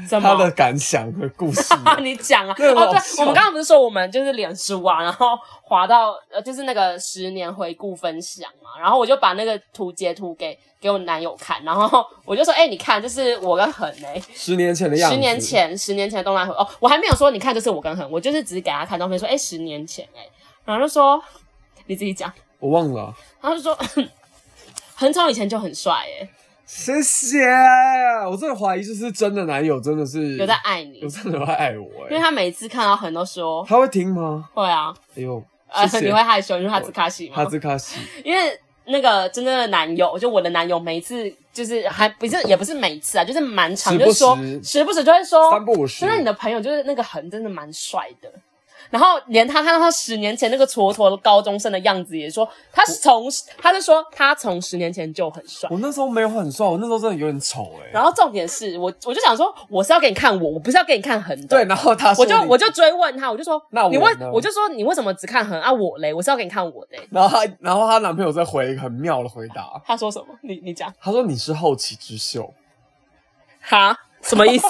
Speaker 2: 什
Speaker 1: 他的
Speaker 2: 么？
Speaker 1: 感想和故 事，
Speaker 2: 你讲 啊！哦，
Speaker 1: 那
Speaker 2: 对
Speaker 1: 个好笑，
Speaker 2: 我们刚刚不是说我们就是脸书啊，然后滑到呃，就是那个十年回顾分享嘛，然后我就把那个图截图给给我男友看，然后我就说，哎、你看，这是我跟恒哎、
Speaker 1: 十年前的样子，
Speaker 2: 十年，前，十年前的动漫回哦，我还没有说，你看这是我跟恒，我就是只是给他看照片说，哎、十年前哎、然后就说你自己讲，
Speaker 1: 我忘了，啊
Speaker 2: 然后就说 很早以前就很帅哎、
Speaker 1: 谢谢。我真的怀疑，就是真的男友真的是
Speaker 2: 有在爱你
Speaker 1: 嗯有，真的会爱我
Speaker 2: 因为
Speaker 1: 哎、
Speaker 2: 他每次看到很都说
Speaker 1: 他会听吗？
Speaker 2: 会啊，
Speaker 1: 哎呦，
Speaker 2: 呃，
Speaker 1: 谢谢
Speaker 2: 你会害羞，因为哈兹卡西
Speaker 1: 哈
Speaker 2: 吗？
Speaker 1: 兹卡西，
Speaker 2: 因为那个真正的男友，就我的男友，每一次就是还不是也不是每一次啊，就是蛮常
Speaker 1: 时
Speaker 2: 就
Speaker 1: 不
Speaker 2: 是说
Speaker 1: 时
Speaker 2: 时不时就会说，
Speaker 1: 三不五十
Speaker 2: 真的你的朋友就是那个很真的蛮帅的。然后连他看到他十年前那个蹉跎的高中生的样子，也说他从他就说他从十年前就很帅。
Speaker 1: 我那时候没有很帅，我那时候真的有点丑哎、
Speaker 2: 然后重点是我我就想说我是要给你看我，我不是要给你看横的。
Speaker 1: 对，然后他说
Speaker 2: 我就
Speaker 1: 你
Speaker 2: 我，就追问他，我就说
Speaker 1: 那我
Speaker 2: 你为
Speaker 1: 呢
Speaker 2: 我就说你为什么只看横啊我嘞？我是要给你看我嘞。
Speaker 1: 然后他，然后她男朋友再回了一个很妙的回答，
Speaker 2: 他说什么？你你讲
Speaker 1: 他说你是后起之秀，
Speaker 2: 哈什么意 思？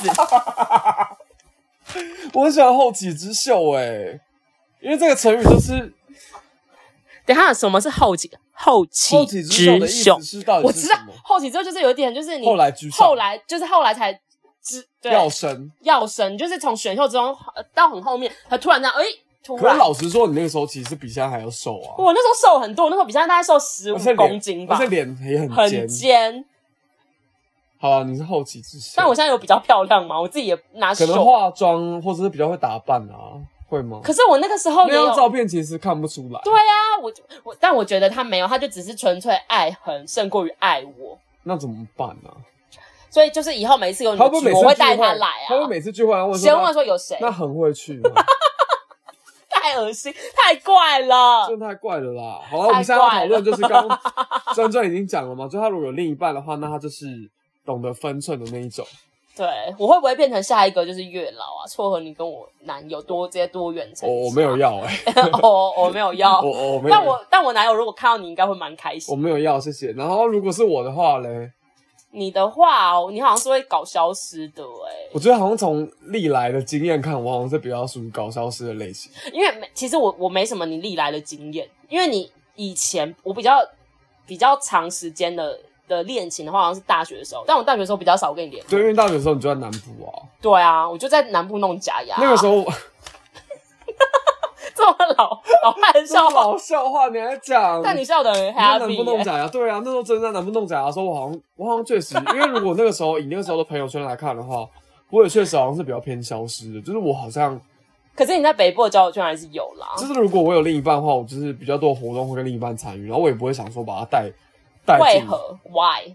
Speaker 1: 我很喜欢后起之欸秀哎、因为这个成语就是
Speaker 2: 等一下什么是后起
Speaker 4: 后
Speaker 1: 后
Speaker 4: 起
Speaker 1: 起之秀的
Speaker 4: 之
Speaker 1: 意思
Speaker 4: 秀。
Speaker 1: 是到
Speaker 2: 我
Speaker 1: 底是
Speaker 2: 知
Speaker 1: 什
Speaker 2: 道
Speaker 1: 么？
Speaker 2: 后起之后就是有点就是你
Speaker 1: 后来居上，
Speaker 2: 后来就是后来才知对
Speaker 1: 要生。
Speaker 2: 要生，就是从选秀之中呃到很后面，他突然这样，哎、突
Speaker 1: 可
Speaker 2: 然
Speaker 1: 是老实说，你那个时候其实比现在还要瘦啊，
Speaker 2: 我那时候瘦很多，我那时候比赛大概瘦十五
Speaker 1: 而且脸
Speaker 2: 公斤吧
Speaker 1: 而，且脸也很尖
Speaker 2: 很。尖。
Speaker 1: 好啊，你是后期之秀，
Speaker 2: 但我现在有比较漂亮嘛，我自己也拿
Speaker 1: 可
Speaker 2: 手。
Speaker 1: 能化妆或者是比较会打扮啊，会吗？
Speaker 2: 可是我那个时候也
Speaker 1: 那张
Speaker 2: 有
Speaker 1: 照片其实看不出来。
Speaker 2: 对啊，我我但我觉得他没有，他就只是纯粹爱恨胜过于爱我，
Speaker 1: 那怎么办呢、啊？
Speaker 2: 所以就是以后每一次有你
Speaker 1: 他
Speaker 2: 的
Speaker 1: 会不会每
Speaker 2: 局，
Speaker 1: 次
Speaker 2: 我会
Speaker 1: 聚
Speaker 2: 带他
Speaker 1: 会
Speaker 2: 来
Speaker 1: 他会
Speaker 2: 啊。
Speaker 1: 每次聚会然后问说
Speaker 2: 先问
Speaker 1: 那
Speaker 2: 说有谁？
Speaker 1: 那很会去 吗，
Speaker 2: 太恶心，太怪了。
Speaker 1: 真的太怪了啦。好了，啊我们现在要讨论就是刚 刚真正已经讲了嘛，就他如果有另一半的话，那他就是懂得分寸的那一种。
Speaker 2: 对，我会不会变成下一个就是月老啊？撮合你跟我男友多这些多远程？
Speaker 1: 我我没有，要哎、
Speaker 2: 哦，我没有 要
Speaker 1: 我。我我没有
Speaker 2: 但
Speaker 1: 要，
Speaker 2: 啊我但我男友如果看到你，应该会蛮开
Speaker 1: 我
Speaker 2: 心。
Speaker 1: 没有要，谢谢。然后如果是我的话嘞，
Speaker 2: 你的话哦，你好像是会搞消失的哎、
Speaker 1: 我觉得好像从历来的经验看，我好像是比较属于搞消失的类型。
Speaker 2: 因为没其实我我没什么你历来的经验，因为你以前我比较比较长时间的的恋情的话，好像是大学的时候，但我大学的时候比较少跟你联络。
Speaker 1: 对，因为大学的时候你就在南部啊，
Speaker 2: 对啊，我就在南部弄假牙。
Speaker 1: 那个时候我
Speaker 2: 这么老老汉笑话，
Speaker 1: 老笑话你还讲，
Speaker 2: 但你笑得很
Speaker 1: 你在南
Speaker 2: happy
Speaker 1: 部弄
Speaker 2: 耶、
Speaker 1: 假牙，对啊，那时候真的在南部弄假牙的时候，我好像我好像确实，因为如果那个时候以那个时候的朋友圈来看的话，我也确实好像是比较偏消失的，就是我好像
Speaker 2: 哦可是你在北部的交友圈还是有啦。
Speaker 1: 就是如果我有另一半的话，我就是比较多活动会跟另一半参与，然后我也不会想说把他带带
Speaker 2: 为
Speaker 1: 进，
Speaker 2: 何？Why？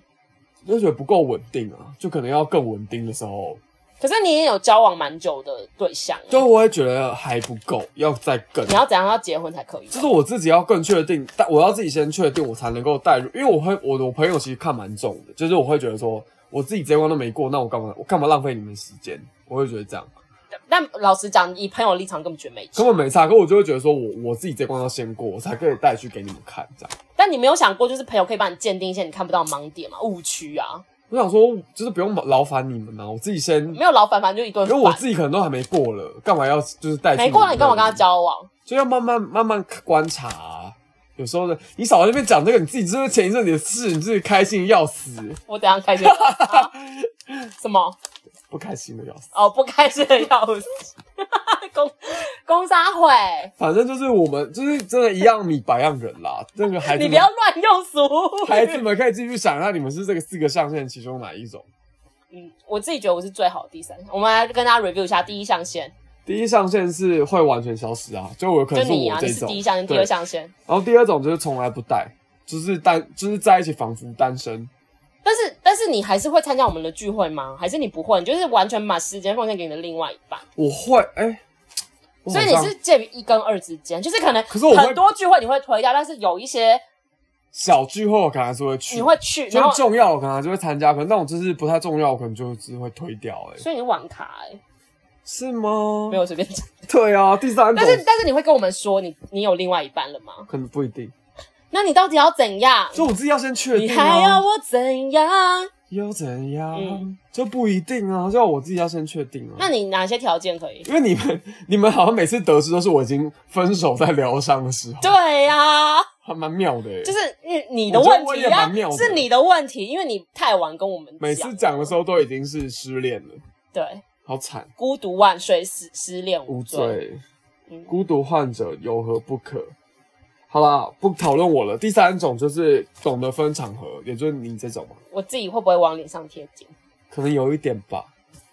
Speaker 1: 就觉得不够稳定啊，就可能要更稳定的时候，
Speaker 2: 可是你也有交往蛮久的对象耶，
Speaker 1: 就我会觉得还不够，要再更
Speaker 2: 你。要怎样要结婚才可以？
Speaker 1: 就是我自己要更确定，但我要自己先确定，我才能够带入。因为我会，我的我朋友其实看蛮重的，就是我会觉得说，我自己这一关都没过，那我干嘛我干嘛浪费你们时间？我会觉得这样
Speaker 2: 但老实讲，以朋友立场根本觉得没
Speaker 1: 根
Speaker 2: 差。
Speaker 1: 本没差，可我就会觉得说我我自己这关要先过，我才可以带去给你们看这样。
Speaker 2: 但你没有想过，就是朋友可以帮你鉴定一些你看不到的盲点嘛、误区啊。
Speaker 1: 我想说，就是不用劳烦你们啊，我自己先，因
Speaker 2: 没有老板，反正就一顿
Speaker 1: 为
Speaker 2: 饭。
Speaker 1: 我自己可能都还没过了，干嘛要就是带去？
Speaker 2: 没过那你干嘛跟他？交往？
Speaker 1: 就要慢慢慢慢观察啊、有时候呢，你少在那边讲这个，你自己就是前一阵子的事，你自己开心得要死，
Speaker 2: 我等一下开心、啊、 什么？
Speaker 1: 不开心的要死。
Speaker 2: 哦，不开心的要死。 公公杀会，
Speaker 1: 反正就是我们就是真的一样米百样人 啦。那个孩子
Speaker 2: 你
Speaker 1: 们，
Speaker 2: 不要乱用俗
Speaker 1: 孩
Speaker 2: 语。
Speaker 1: 子们可以继续想一下，你们是这个四个象限其中哪一种？
Speaker 2: 嗯，我自己觉得我是最好的第三项。我们来跟大家 review 一下第一象限，
Speaker 1: 第一象限是会完全消失啊，就我有可
Speaker 2: 就
Speaker 1: 能是
Speaker 2: 你
Speaker 1: 我
Speaker 2: 啊，
Speaker 1: 这
Speaker 2: 你是
Speaker 1: 种。
Speaker 2: 第一象限，第
Speaker 1: 对
Speaker 2: 二象限。
Speaker 1: 然后第二种就是从来不带，就是单，就是在一起仿佛单身。
Speaker 2: 但是但是你还是会参加我们的聚会吗？还是你不会？你就是完全把时间奉献给你的另外一半，
Speaker 1: 我会，哎、我好
Speaker 2: 所以
Speaker 1: 像
Speaker 2: 你是介于一跟二之间，就是可能
Speaker 1: 可是我会
Speaker 2: 很多聚会你会推掉，但是有一些
Speaker 1: 小聚会，我可能还是会去。
Speaker 2: 你会去，然
Speaker 1: 就
Speaker 2: 后
Speaker 1: 是重要，我可能还是会参加，可能那种就是不太重要，我可能就是会推掉、哎，
Speaker 2: 所以你是网卡欸，
Speaker 1: 是吗？
Speaker 2: 没有随便讲。
Speaker 1: 对啊，第三种
Speaker 2: 但是但是你会跟我们说你你有另外一半了吗？
Speaker 1: 可能不一定，
Speaker 2: 那你到底要怎样？
Speaker 1: 就我自己要先确
Speaker 2: 你
Speaker 1: 定、啊。
Speaker 2: 还要我怎样？
Speaker 1: 又怎样？
Speaker 2: 嗯
Speaker 1: 就不一定啊，就我自己要先确定啊。
Speaker 2: 那你哪些条件可以？
Speaker 1: 因为你们，你们好像每次得知都是我已经分手在疗伤的时候，
Speaker 2: 对呀、
Speaker 1: 还蛮妙的耶。欸
Speaker 2: 就是是你的问
Speaker 1: 我觉得我
Speaker 2: 题
Speaker 1: 也
Speaker 2: 呀、
Speaker 1: 蛮妙的
Speaker 2: 是你的问题，因为你太晚跟我们
Speaker 1: 每次讲的时候都已经是失恋了，
Speaker 2: 对。
Speaker 1: 好惨，
Speaker 2: 孤独万岁，失失恋
Speaker 1: 无
Speaker 2: 无罪。
Speaker 1: 罪，
Speaker 2: 嗯
Speaker 1: 孤独患者有何不可？好啦，不讨论我了。第三种就是懂得分场合，也就是你这种嘛，
Speaker 2: 我自己会不会往脸上贴金？
Speaker 1: 可能有一点吧。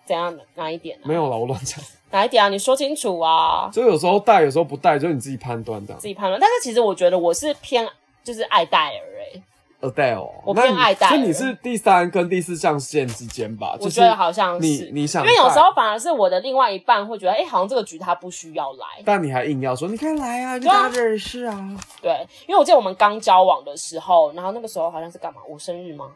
Speaker 2: 怎样的哪一点啊？
Speaker 1: 没有啦，我乱讲。
Speaker 2: 哪一点啊？你说清楚啊，
Speaker 1: 就有时候带，有时候不带，就是你自己判断啊这样
Speaker 2: 自。己判断。但是其实我觉得我是偏就是爱戴尔哎、
Speaker 1: Adele，
Speaker 2: 我
Speaker 1: 那
Speaker 2: 偏
Speaker 1: 你
Speaker 2: 爱戴
Speaker 1: 所以
Speaker 2: 尔
Speaker 1: 你是第三跟第四象限之间吧？
Speaker 2: 我
Speaker 1: 啊就是
Speaker 2: 觉得好像是，
Speaker 1: 你你想
Speaker 2: 因
Speaker 1: 带，
Speaker 2: 为有时候反而是我的另外一半会觉得，哎、好像这个局他不需要来。
Speaker 1: 但你还硬要说，你可以来啊，你就
Speaker 2: 对啊
Speaker 1: 大家认识啊。
Speaker 2: 对，因为我记得我们刚交往的时候，然后那个时候好像是干嘛？我生日吗？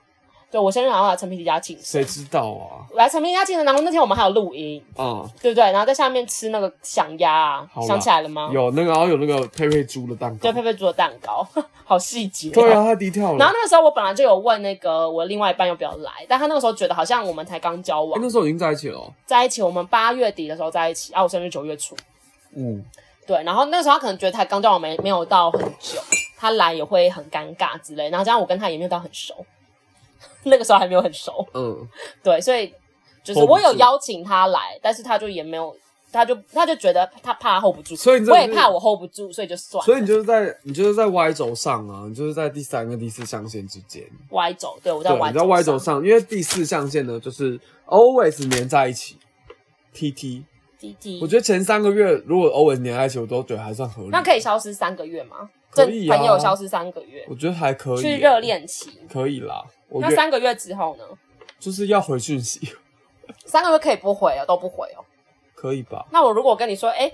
Speaker 2: 对我生日好像来陈皮迪家庆
Speaker 1: 谁
Speaker 2: 生，
Speaker 1: 知道啊？
Speaker 2: 来陈皮迪家庆生，然后那天我们还有录音，
Speaker 1: 啊、
Speaker 2: 对不对？然后在下面吃那个响鸭啊
Speaker 1: 好，啦
Speaker 2: 想起来了吗？
Speaker 1: 有那个，然后有那个佩佩猪的蛋糕
Speaker 2: 对，佩。佩做的蛋糕， 好细节、
Speaker 1: 对啊，。太低调了。
Speaker 2: 然后那个时候我本来就有问那个我另外一半要不要来，但他那个时候觉得好像我们才刚交
Speaker 1: 诶
Speaker 2: 往
Speaker 1: 哎那时候已经在一起了哦。
Speaker 2: 在一起，我们八月底的时候在一起，啊，我生日九月初，
Speaker 1: 嗯，
Speaker 2: 对，然后那时候他可能觉得才刚交往没没有到很久，他来也会很尴尬之类。然后加上我跟他也没有到很熟， 那个时候还没有很熟，
Speaker 1: 嗯，
Speaker 2: 对，所以就是
Speaker 1: Hold 不
Speaker 2: 我有
Speaker 1: 住
Speaker 2: 邀请他来，但是他就也没有，他就他就觉得他怕 hold 不住，
Speaker 1: 所以你这
Speaker 2: 我也
Speaker 1: 就是
Speaker 2: 怕我 hold 不住，所以就算了
Speaker 1: 所以你就是在你就是在 Y 轴上啊，你就是在第三跟第四象限之间，
Speaker 2: 歪走，对我在
Speaker 1: 对，
Speaker 2: 歪
Speaker 1: 你在 Y 轴上，因为第四象限呢就是 always 粘在一起，TT。
Speaker 2: 滴滴，
Speaker 1: 我觉得前三个月如果 always 粘在一起，我都觉得还算合理。
Speaker 2: 那可以消失三个月吗？
Speaker 1: 可
Speaker 2: 这
Speaker 1: 以啊
Speaker 2: 朋友消失三个月，
Speaker 1: 我觉得还可以、
Speaker 2: 去热恋期。
Speaker 1: 可以啦。我觉
Speaker 2: 那
Speaker 1: 得
Speaker 2: 三个月之后呢？
Speaker 1: 就是要回讯息，
Speaker 2: 三个月可以不回哦，都不回哦。
Speaker 1: 可以吧？
Speaker 2: 那我如果跟你说，哎、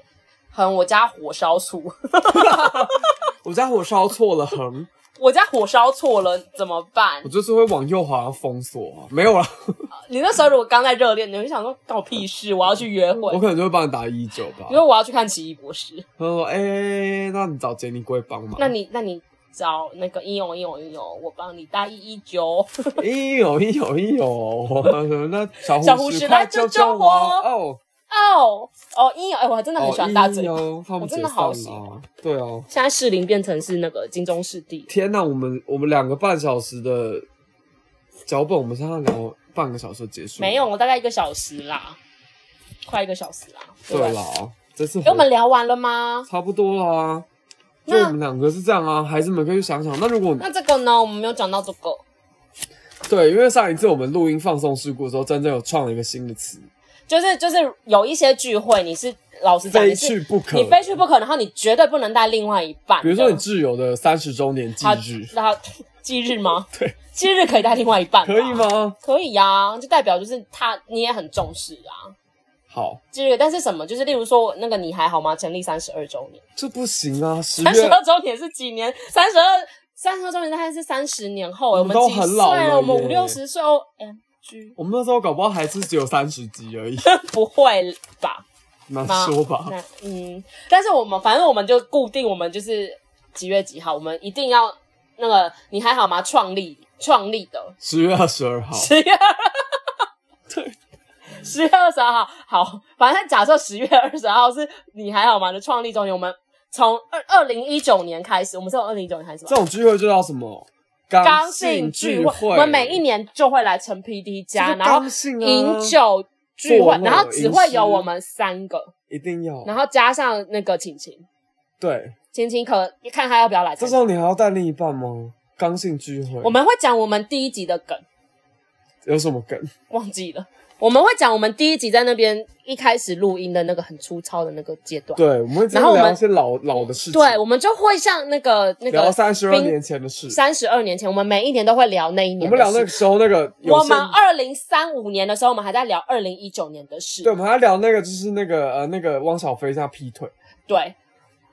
Speaker 2: 恒，我家火烧醋，
Speaker 1: 我家火烧错了横，
Speaker 2: 我家火烧错了，怎么办
Speaker 1: 我？就是会往右滑封锁、啊，没有啦，
Speaker 2: 你那时候如果刚在热恋，你会想说，干我屁事，我要去约会
Speaker 1: 我，可能就会帮你打一九吧
Speaker 2: 你。说我要去看奇异博士，
Speaker 1: 他说：“哎、那你找杰尼龟帮忙。”
Speaker 2: 那你那你找那个应用应用应用，我帮你搭一一九，
Speaker 1: 咦有咦有咦有，我 那小
Speaker 2: 小
Speaker 1: 护
Speaker 2: 护士
Speaker 1: 快
Speaker 2: 来
Speaker 1: 救
Speaker 2: 救
Speaker 1: 救
Speaker 2: 救
Speaker 1: 我！
Speaker 2: 我
Speaker 1: 哦，
Speaker 2: 哦哦应用，哎、我还真的很
Speaker 1: 哦
Speaker 2: 喜欢大嘴
Speaker 1: 咦。有他们
Speaker 2: 我真
Speaker 1: 解
Speaker 2: 的
Speaker 1: 散
Speaker 2: 好
Speaker 1: 了
Speaker 2: 喜欢
Speaker 1: 对哦，
Speaker 2: 现在士林变成是那个金钟视帝，
Speaker 1: 天哪，我们我们两个半小时的脚本，我们现在聊半个小时就结束，
Speaker 2: 没有，我大概一个小时啦，快一个小时啦。对吧
Speaker 1: 对啦，这次
Speaker 2: 哎、我们聊完了吗？
Speaker 1: 差不多啦。就
Speaker 2: 那
Speaker 1: 我们两个是这样啊，孩子们可以去想想。那如果
Speaker 2: 那这个呢？我们没有讲到这个，
Speaker 1: 对，因为上一次我们录音放送事故的时候，真正有创了一个新的词
Speaker 2: 就是就是有一些聚会，你是老实
Speaker 1: “
Speaker 2: 讲，
Speaker 1: 非
Speaker 2: 你是
Speaker 1: 去不可”。
Speaker 2: 你非去不可，然后你绝对不能带另外一半的。
Speaker 1: 比如说你挚友的三十周年忌
Speaker 2: 好
Speaker 1: 日，
Speaker 2: 那 忌日吗？
Speaker 1: 对，
Speaker 2: 忌日可以带另外一半，
Speaker 1: 可以？吗？
Speaker 2: 可以呀、就代表就是他你也很重视啊。
Speaker 1: 好，
Speaker 2: 忌日，但是什么？就是例如说那个你还好吗？成立三十二周年，
Speaker 1: 这不行啊！十
Speaker 2: 三十
Speaker 1: 月
Speaker 2: 二周年是几年？三十二三十二周年大概是三十年后、
Speaker 1: 我
Speaker 2: 我
Speaker 1: 们
Speaker 2: 们
Speaker 1: 都
Speaker 2: 几
Speaker 1: 很
Speaker 2: 岁
Speaker 1: 老了
Speaker 2: 了？我们
Speaker 1: 耶
Speaker 2: 五六十岁哦。M G
Speaker 1: 我们那时候搞不好还是只有三十集 而已，
Speaker 2: 不会吧？
Speaker 1: 难
Speaker 2: 吗
Speaker 1: 说吧？
Speaker 2: 那嗯，但是我们反正我们就固定，我们就是几月几号，我们一定要那个你还好吗？创立创立的
Speaker 1: 十月二十二号，
Speaker 2: 十月，对，十月二十二号，好，反正假设十月二十二号是你还好吗的创立周年，我们从二二零一九年开始，我们是从二零一九年开始
Speaker 1: 这
Speaker 2: 吧。
Speaker 1: 种聚会就叫什么？刚
Speaker 2: 刚性
Speaker 1: 聚
Speaker 2: 聚会，我们每一年就会来陈 PD 家，然后
Speaker 1: 啊
Speaker 2: 饮
Speaker 1: 饮
Speaker 2: 酒聚会
Speaker 1: 做，梦
Speaker 2: 然后只
Speaker 1: 吟
Speaker 2: 会
Speaker 1: 诗
Speaker 2: 有我们三个，
Speaker 1: 一定要，
Speaker 2: 然后加上那个晴晴，
Speaker 1: 对，
Speaker 2: 晴晴可看他要不要来参加。
Speaker 1: 这时候你还要带另一半吗？刚性聚会，
Speaker 2: 我们会讲我们第一集的梗，
Speaker 1: 有什么梗？
Speaker 2: 忘记了。我们会讲我们第一集在那边一开始录音的那个很粗糙的那个阶段。
Speaker 1: 对，我们会
Speaker 2: 然后我们
Speaker 1: 聊一些老老的事情，
Speaker 2: 对，我们就会像那个那
Speaker 1: 聊
Speaker 2: 个
Speaker 1: 三十二年前的事。
Speaker 2: 三十二年前，我们每一年都会聊那一
Speaker 1: 我
Speaker 2: 年的
Speaker 1: 们
Speaker 2: 事。
Speaker 1: 聊那个时候那个有
Speaker 2: 我
Speaker 1: 线
Speaker 2: 们，二零三五年的时候，我们还在聊二零一九年的事。
Speaker 1: 对，我们还聊那个就是那个呃那个汪小菲现在劈腿，
Speaker 2: 对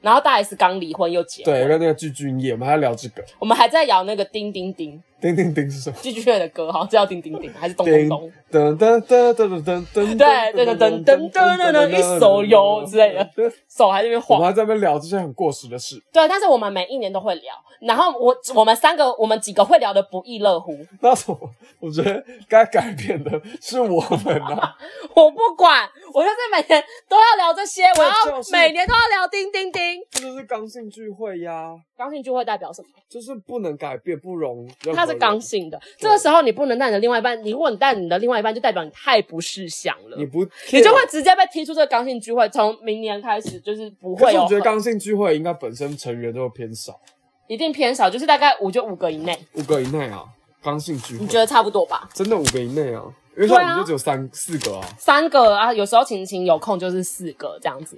Speaker 2: 然后大 S 刚离婚又结
Speaker 1: 对，
Speaker 2: 婚，
Speaker 1: 跟那个具俊晔，我们还聊这个。
Speaker 2: 我们还在聊那个叮叮叮
Speaker 1: 叮叮叮是什么？
Speaker 2: 巨巨乐的歌，好像叫叮叮叮还是咚
Speaker 1: 叮
Speaker 2: 咚
Speaker 1: 噔
Speaker 2: 咚。
Speaker 1: 噔噔噔噔噔，
Speaker 2: 对对对噔噔噔噔噔一手游之类的。手还在那边
Speaker 1: 我
Speaker 2: 晃
Speaker 1: 们，还在那边聊这些很过时的事，
Speaker 2: 对，但是我们每一年都会聊，然后我我们三个我们几个会聊的不亦乐乎，
Speaker 1: 那什么？我觉得该改变的是我们啊，
Speaker 2: 我不管，我就是每年都要聊这些，我
Speaker 1: 这
Speaker 2: 要
Speaker 1: 就是
Speaker 2: 每年都要聊叮叮叮。
Speaker 1: 这就是刚性聚会呀，
Speaker 2: 刚性聚会代表什么？
Speaker 1: 就是不能改变，不容任何人
Speaker 2: 它是刚，性的，这个时候你不能带你的另外一半，你如果你带你的另外一半，就代表你太不识相了，
Speaker 1: 你不
Speaker 2: 你就会直接被踢出这个刚性聚会。从明年开始就是不
Speaker 1: 可
Speaker 2: 会哦
Speaker 1: 是
Speaker 2: 有
Speaker 1: 我觉得
Speaker 2: 很，
Speaker 1: 刚性聚会应该本身成员都偏少，
Speaker 2: 一定偏少，就是大概五就五个以内，
Speaker 1: 五个以内啊，刚性聚会
Speaker 2: 你觉得差不多吧？
Speaker 1: 真的五个以内啊？因为
Speaker 2: 对
Speaker 1: 像
Speaker 2: 啊
Speaker 1: 我们就只有三、四个啊，
Speaker 2: 三个啊，有时候晴晴有空就是四个这样子。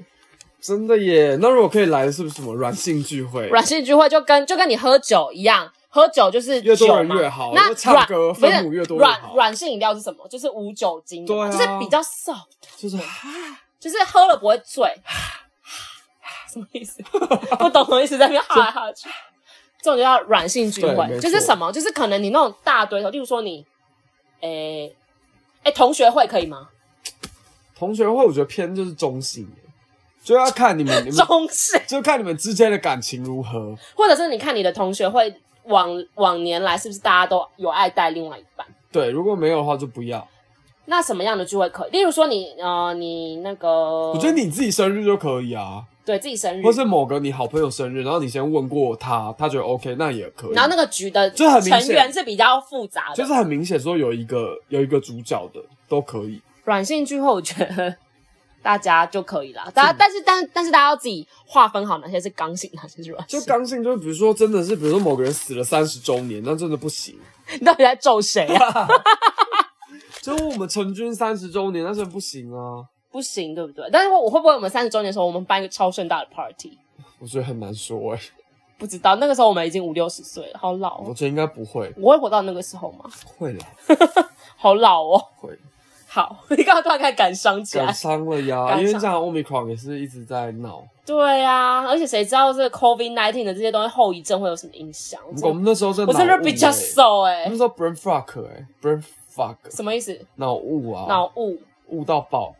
Speaker 1: 真的耶。那如果可以来的是不是什么软性聚会？
Speaker 2: 软性聚会就跟就跟你喝酒一样，喝酒就是
Speaker 1: 越多人
Speaker 2: 酒嘛
Speaker 1: 越好
Speaker 2: 那
Speaker 1: 就唱
Speaker 2: 软
Speaker 1: 歌
Speaker 2: 不是
Speaker 1: 分母越多越好
Speaker 2: 软软性饮料是什么？就是无酒精的嘛，
Speaker 1: 对啊
Speaker 2: 就是比较瘦，
Speaker 1: 就是
Speaker 2: 就是喝了不会醉。 什么 意思？不懂什么意思，在那边哈来哈去。这种就叫软性聚
Speaker 1: 对没
Speaker 2: 会，
Speaker 1: 错
Speaker 2: 就是什么？就是可能你那种大堆头，例如说你，诶、诶、同学会可以吗？
Speaker 1: 同学会，我觉得偏就是中性耶，就要看你们你们
Speaker 2: 中式，
Speaker 1: 就看你们之间的感情如何。
Speaker 2: 或者是你看你的同学会往往年来是不是大家都有爱带另外一半？
Speaker 1: 对，如果没有的话就不要。
Speaker 2: 那什么样的聚会可以？例如说你呃，你那个，
Speaker 1: 我觉得你自己生日就可以啊，
Speaker 2: 对自己生日，
Speaker 1: 或是某个你好朋友生日，然后你先问过他，他觉得 OK，那也可以。
Speaker 2: 然后那个局的
Speaker 1: 就很明显
Speaker 2: 成员是比较复杂的，
Speaker 1: 就是很明显说有一个有一个主角的都可以，
Speaker 2: 软性剧后，我觉得大家就可 以啦。大家，但是但但是大家要自己划分好哪些是刚性，哪些是软性。
Speaker 1: 就刚性就是比如说真的是比如说某个人死了三十周年，那真的不行。
Speaker 2: 你 到底在咒谁啊？
Speaker 1: 就是我们成军三十周年，那真的不行啊，
Speaker 2: 不行，对不对？但是我会不会我们三十周年的时候，我们办一个超盛大的 party？
Speaker 1: 我觉得很难说哎、
Speaker 2: 不知道，那个时候我们已经五六十岁了，好老、
Speaker 1: 我
Speaker 2: 哦。
Speaker 1: 觉得应该不会，
Speaker 2: 我会活到那个时候吗？
Speaker 1: 会了，
Speaker 2: 好老哦。
Speaker 1: 会
Speaker 2: 好， 你刚刚突然开始感伤起
Speaker 1: 感
Speaker 2: 来。
Speaker 1: 伤了
Speaker 2: 啊
Speaker 1: 呀，
Speaker 2: 感伤
Speaker 1: 因为这样 Omicron 也是一直在闹。
Speaker 2: 对啊，而且谁知道这个 COVID nineteen 的这些东西后遗症会有什么影响？我真
Speaker 1: 我
Speaker 2: 的
Speaker 1: 们那时候真的
Speaker 2: 我真
Speaker 1: 脑
Speaker 2: 的
Speaker 1: 雾
Speaker 2: 比较
Speaker 1: 欸
Speaker 2: 瘦哎、
Speaker 1: 我们那时候 brain fuck 哎、brain fuck
Speaker 2: 什么意思？
Speaker 1: 脑雾啊，
Speaker 2: 脑雾
Speaker 1: 雾到爆，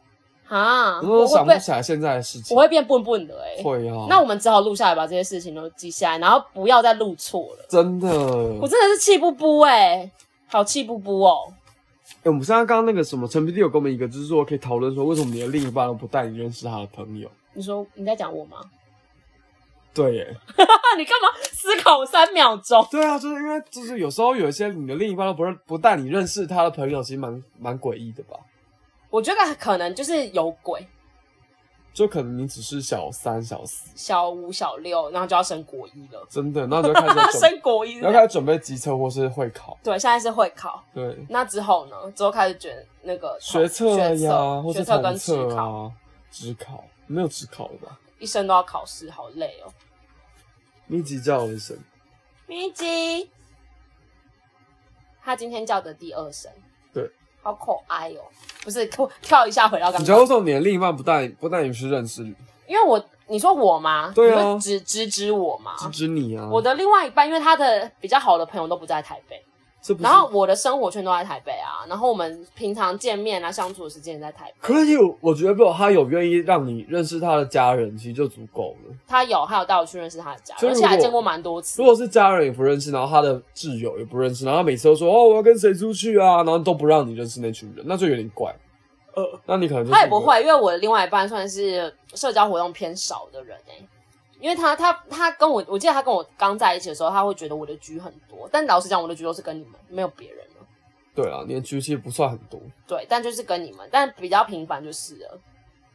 Speaker 2: 啊？
Speaker 1: 我都
Speaker 2: 我会
Speaker 1: 想
Speaker 2: 被
Speaker 1: 不起来现在的事情。
Speaker 2: 我会变笨笨的哎、
Speaker 1: 会啊，
Speaker 2: 那我们只好录下来，把这些事情都记下来，然后不要再录错了。
Speaker 1: 真的，
Speaker 2: 我
Speaker 1: 我,、
Speaker 2: 真的是气不不哎、好气不不哦。
Speaker 1: 欸我们刚刚刚刚那个什么陈皮弟有给我们一个，就是说可以讨论说为什么你的另一半都不带你认识他的朋友。
Speaker 2: 你说你在讲我吗？
Speaker 1: 对耶，
Speaker 2: 啊，你干嘛思考三秒钟？
Speaker 1: 对啊，就是因为就是有时候有一些你的另一半都不认不带你认识他的朋友，其实蛮蛮诡异的吧？
Speaker 2: 我觉得可能就是有鬼，
Speaker 1: 就可能你只是小三小四，
Speaker 2: 小五、小六，然后就要升国一了。
Speaker 1: 真的，然 后你就开 始准，
Speaker 2: 升国一是
Speaker 1: 你
Speaker 2: 这
Speaker 1: 要
Speaker 2: 样，
Speaker 1: 开始准备机车或是会考，
Speaker 2: 对，现在是会考，
Speaker 1: 对，
Speaker 2: 那之后呢？之后开始卷那个
Speaker 1: 学测
Speaker 2: 哦学
Speaker 1: 呀，或
Speaker 2: 学
Speaker 1: 是
Speaker 2: 测
Speaker 1: 统
Speaker 2: 跟职
Speaker 1: 测
Speaker 2: 考，
Speaker 1: 啊，职考没有职考了吧？
Speaker 2: 一生都要考试，好累哦。
Speaker 1: 密集叫了一声，
Speaker 2: 咪吉，他今天叫的第二声，
Speaker 1: 对，
Speaker 2: 好可爱哦、不是，我跳一下回到刚
Speaker 1: 你知道为
Speaker 2: 刚，
Speaker 1: 什么你的另一半不带不带你去认识
Speaker 2: 因为我你说我吗？
Speaker 1: 对啊
Speaker 2: 你会指指指我吗？
Speaker 1: 指指你啊？
Speaker 2: 我的另外一半，因为他的比较好的朋友都不在台北，
Speaker 1: 这不是
Speaker 2: 然后我的生活圈都在台北啊，然后我们平常见面啊相处的时间也在台北。
Speaker 1: 可以，我觉得如果他有愿意让你认识他的家人，其实就足够了。
Speaker 2: 他有，他有带我去认识他的家人，
Speaker 1: 所以
Speaker 2: 而
Speaker 1: 如果
Speaker 2: 且还见过蛮多次
Speaker 1: 如。果是家人也不认识，然后他的挚友也不认识，然后他每次都说哦我要跟谁出去啊，然后都不让你认识那群人，那就有点怪。
Speaker 2: 呃，
Speaker 1: 那你可能就是
Speaker 2: 他也不会，因为我的另外一半算是社交活动偏少的人哎、因为他他他跟我，我记得他跟我刚在一起的时候，他会觉得我的局很多，但老实讲，我的局都是跟你们，没有别人了。
Speaker 1: 对啊，你的局其实不算很多，
Speaker 2: 对，但就是跟你们，但比较频繁就是了。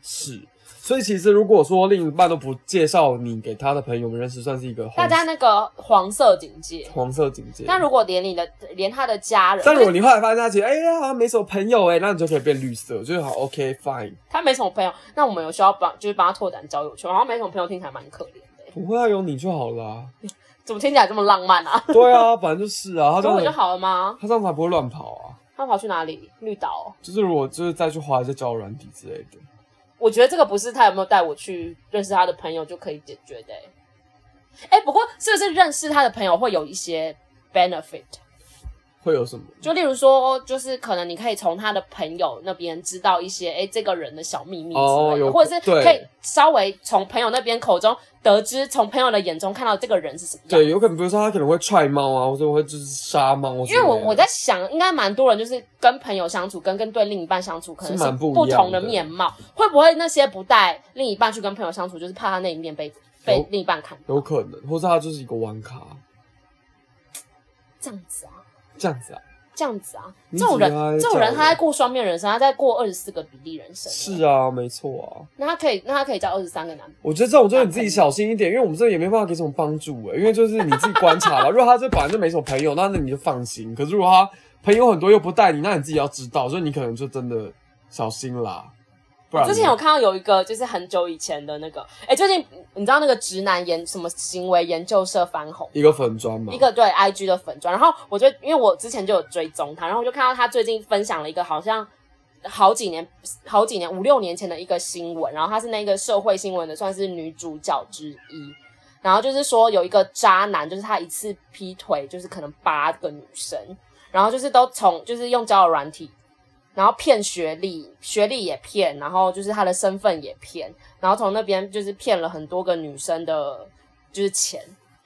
Speaker 1: 是。所以其实如果说另一半都不介绍你给他的朋友们认识，算是一个
Speaker 2: 大
Speaker 1: 红
Speaker 2: 家那个黄色警戒，
Speaker 1: 黄色警戒。
Speaker 2: 但如果连你的连他的家人，
Speaker 1: 但如果你后来发现他其实哎、他好像没什么朋友哎、那你就可以变绿色，就是好 OK fine。
Speaker 2: 他没什么朋友，那我们有需要帮，就是帮他拓展交友圈，然后没什么朋友听起来蛮可怜的欸、
Speaker 1: 不会啊，有你就好啦。
Speaker 2: 怎么听起来这么浪漫啊？
Speaker 1: 对啊，反正就是啊，他这
Speaker 2: 有
Speaker 1: 样
Speaker 2: 我就
Speaker 1: 子
Speaker 2: 好了吗？
Speaker 1: 他这样才不会乱跑啊。
Speaker 2: 他跑去哪里？绿岛哦、
Speaker 1: 就是如果就是再去滑一些交友软体之类的，
Speaker 2: 我觉得这个不是他有没有带我去认识他的朋友就可以解决的、欸。哎、不过是不是认识他的朋友会有一些 benefit？
Speaker 1: 会有什么？
Speaker 2: 就例如说，就是可能你可以从他的朋友那边知道一些，哎、这个人的小秘密之
Speaker 1: 哦
Speaker 2: 类的，
Speaker 1: 有
Speaker 2: 或者是
Speaker 1: 对
Speaker 2: 可以稍微从朋友那边口中得知，从朋友的眼中看到这个人是什么样
Speaker 1: 对，。有可能比如说他可能会踹猫啊，或者会就是杀猫之类的。
Speaker 2: 因为我我在想，应该蛮多人就是跟朋友相处，跟跟对另一半相处，可能
Speaker 1: 是蛮不一
Speaker 2: 不
Speaker 1: 样
Speaker 2: 同的
Speaker 1: 的
Speaker 2: 面貌。会不会那些不带另一半去跟朋友相处，就是怕他那一面被被
Speaker 1: 有
Speaker 2: 另一半看到
Speaker 1: 有可能，或者他就是一个玩咖
Speaker 2: 这样子啊？
Speaker 1: 这样子啊。
Speaker 2: 这样子啊，
Speaker 1: 你
Speaker 2: 这种人
Speaker 1: 只要，
Speaker 2: 这种人
Speaker 1: 找
Speaker 2: 他在过双面人生，他在过二十四个比例人生。
Speaker 1: 是啊，没错啊。
Speaker 2: 那他可以，那他可以交二十三个男朋友。
Speaker 1: 我觉得这种就是你自己小心一点，因为我们这也没办法给什么帮助、欸、因为就是你自己观察 吧。如果他这本来就没什么朋友，那那你就放心。可是如果他朋友很多又不带你，那你自己要知道，所以你可能就真的小心啦。不然
Speaker 2: 之前有看到有一个就是很久以前的那个，哎、最近你知道那个直男研什么行为研究社翻红。
Speaker 1: 一个粉砖嘛，
Speaker 2: 一个对 IG 的粉砖，然后我就因为我之前就有追踪他，然后我就看到他最近分享了一个好像好几年、好几年五六年前的一个新闻，然后她是那个社会新闻的算是女主角之一，然后就是说有一个渣男，就是他一次劈腿就是可能八个女生，然后就是都从就是用交友软体。然后骗学历，学历也骗，然后就是他的身份也骗，然后从那边就是骗了很多个女生的，就是钱，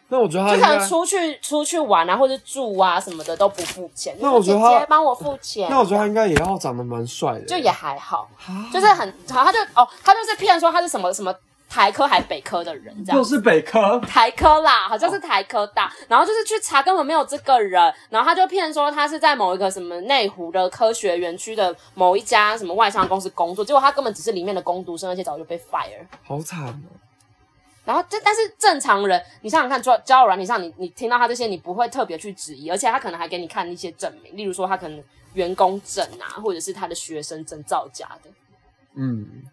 Speaker 1: 那我觉得他
Speaker 2: 就
Speaker 1: 应
Speaker 2: 可能
Speaker 1: 该，
Speaker 2: 出去出去玩啊，或者住啊什么的都不付钱。
Speaker 1: 那我觉得他
Speaker 2: 姐姐帮我付钱，
Speaker 1: 那我觉得他应该也要长得蛮帅的、
Speaker 2: 就也还好，
Speaker 1: 啊
Speaker 2: 就是很好，他就哦，他就是骗说他是什么什么台科还北科的人这样
Speaker 1: 又。是北科，哦
Speaker 2: 台科啦，好像是台科大，然后就是去查根本没有这个人，然后他就骗说他是在某一个什么内湖的科学园区的某一家什么外商公司工作，结果他根本只是里面的工读生，而且早就被 fire。
Speaker 1: 好惨哦！
Speaker 2: 然后这但是正常人，你想想看，交交友软体上，你你听到他这些，你不会特别去质疑，而且他可能还给你看一些证明，例如说他可能员工证啊，或者是他的学生证造假的，
Speaker 1: 嗯，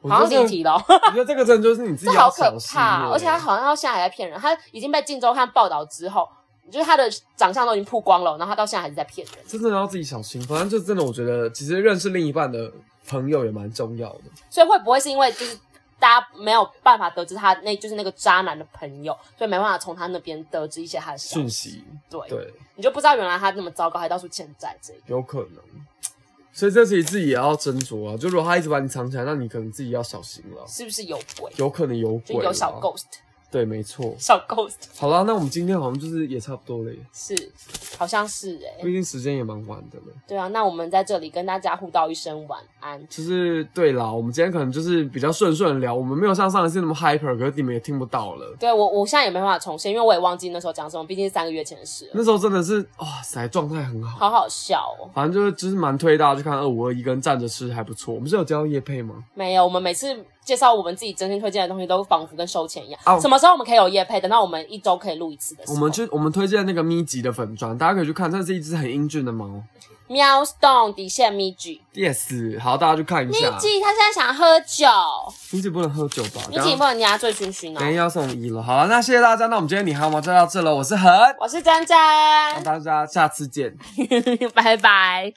Speaker 1: 我觉
Speaker 2: 好
Speaker 1: 得
Speaker 2: 像
Speaker 1: 这
Speaker 2: 离
Speaker 1: 个
Speaker 2: 题了哦。
Speaker 1: 我觉得这个真的就是你自
Speaker 2: 这
Speaker 1: 己要
Speaker 2: 好可
Speaker 1: 小心哦
Speaker 2: 怕、
Speaker 1: 耶
Speaker 2: 而且他好像到现在还在骗人，他已经被《镜周刊》报道之后，就是他的长相都已经曝光了，然后他到现在还是在骗人。
Speaker 1: 真的要自己小心。反正就真的，我觉得其实认识另一半的朋友也蛮重要的。
Speaker 2: 所以会不会是因为就是大家没有办法得知他那就是那个渣男的朋友，所以没办法从他那边得知一些他的消
Speaker 1: 讯
Speaker 2: 息？
Speaker 1: 息
Speaker 2: 对，
Speaker 1: 对，
Speaker 2: 你就不知道原来他那么糟糕，还到处欠债这一
Speaker 1: 有可能。所以这其实自己也要斟酌啊。就如果他一直把你藏起来，那你可能自己要小心了，
Speaker 2: 是不是有鬼？
Speaker 1: 有可能有
Speaker 2: 就
Speaker 1: 鬼，
Speaker 2: 有小。ghost，
Speaker 1: 对，没错。
Speaker 2: 小 ghost
Speaker 1: 好啦，那我们今天好像就是也差不多了耶，
Speaker 2: 是，好像是哎、
Speaker 1: 毕竟时间也蛮晚的了。
Speaker 2: 对啊，那我们在这里跟大家互道一声晚安。
Speaker 1: 就是对啦，我们今天可能就是比较顺顺地聊，我们没有像上一次那么 hyper，可是你们也听不到了。
Speaker 2: 对我，我现在也没办法重现，因为我也忘记那时候讲什么，毕竟是三个月前的事了。
Speaker 1: 那时候真的是哇塞，状态很好。
Speaker 2: 好好笑哦！
Speaker 1: 反正就是就是蛮推大家去看二五二一跟站着吃还不错。我们是有教叶配吗？
Speaker 2: 没有，我们每次介绍我们自己真心推荐的东西，都仿佛跟收钱一样。
Speaker 1: 哦
Speaker 2: 什么时候我们可以有夜配？等到我们一周可以录一次的时
Speaker 1: 我
Speaker 2: 候，
Speaker 1: 们去我们推荐那个咪吉的粉砖，大家可以去看，这是一只很英俊的猫。
Speaker 2: 喵 stone 底线 migi
Speaker 1: Yes，好，大家去看一下。
Speaker 2: migi，他现在想喝酒
Speaker 1: 咪吉不能喝酒吧？
Speaker 2: ，migi 不能压醉醺
Speaker 1: 等
Speaker 2: 醺
Speaker 1: 一
Speaker 2: 哦。
Speaker 1: 下要送一了。好了，那谢谢大家，那我们今天你好吗就到这了。我是恒，
Speaker 2: 我是詹
Speaker 1: 那
Speaker 2: 詹，
Speaker 1: 大家下次见。
Speaker 2: 拜拜。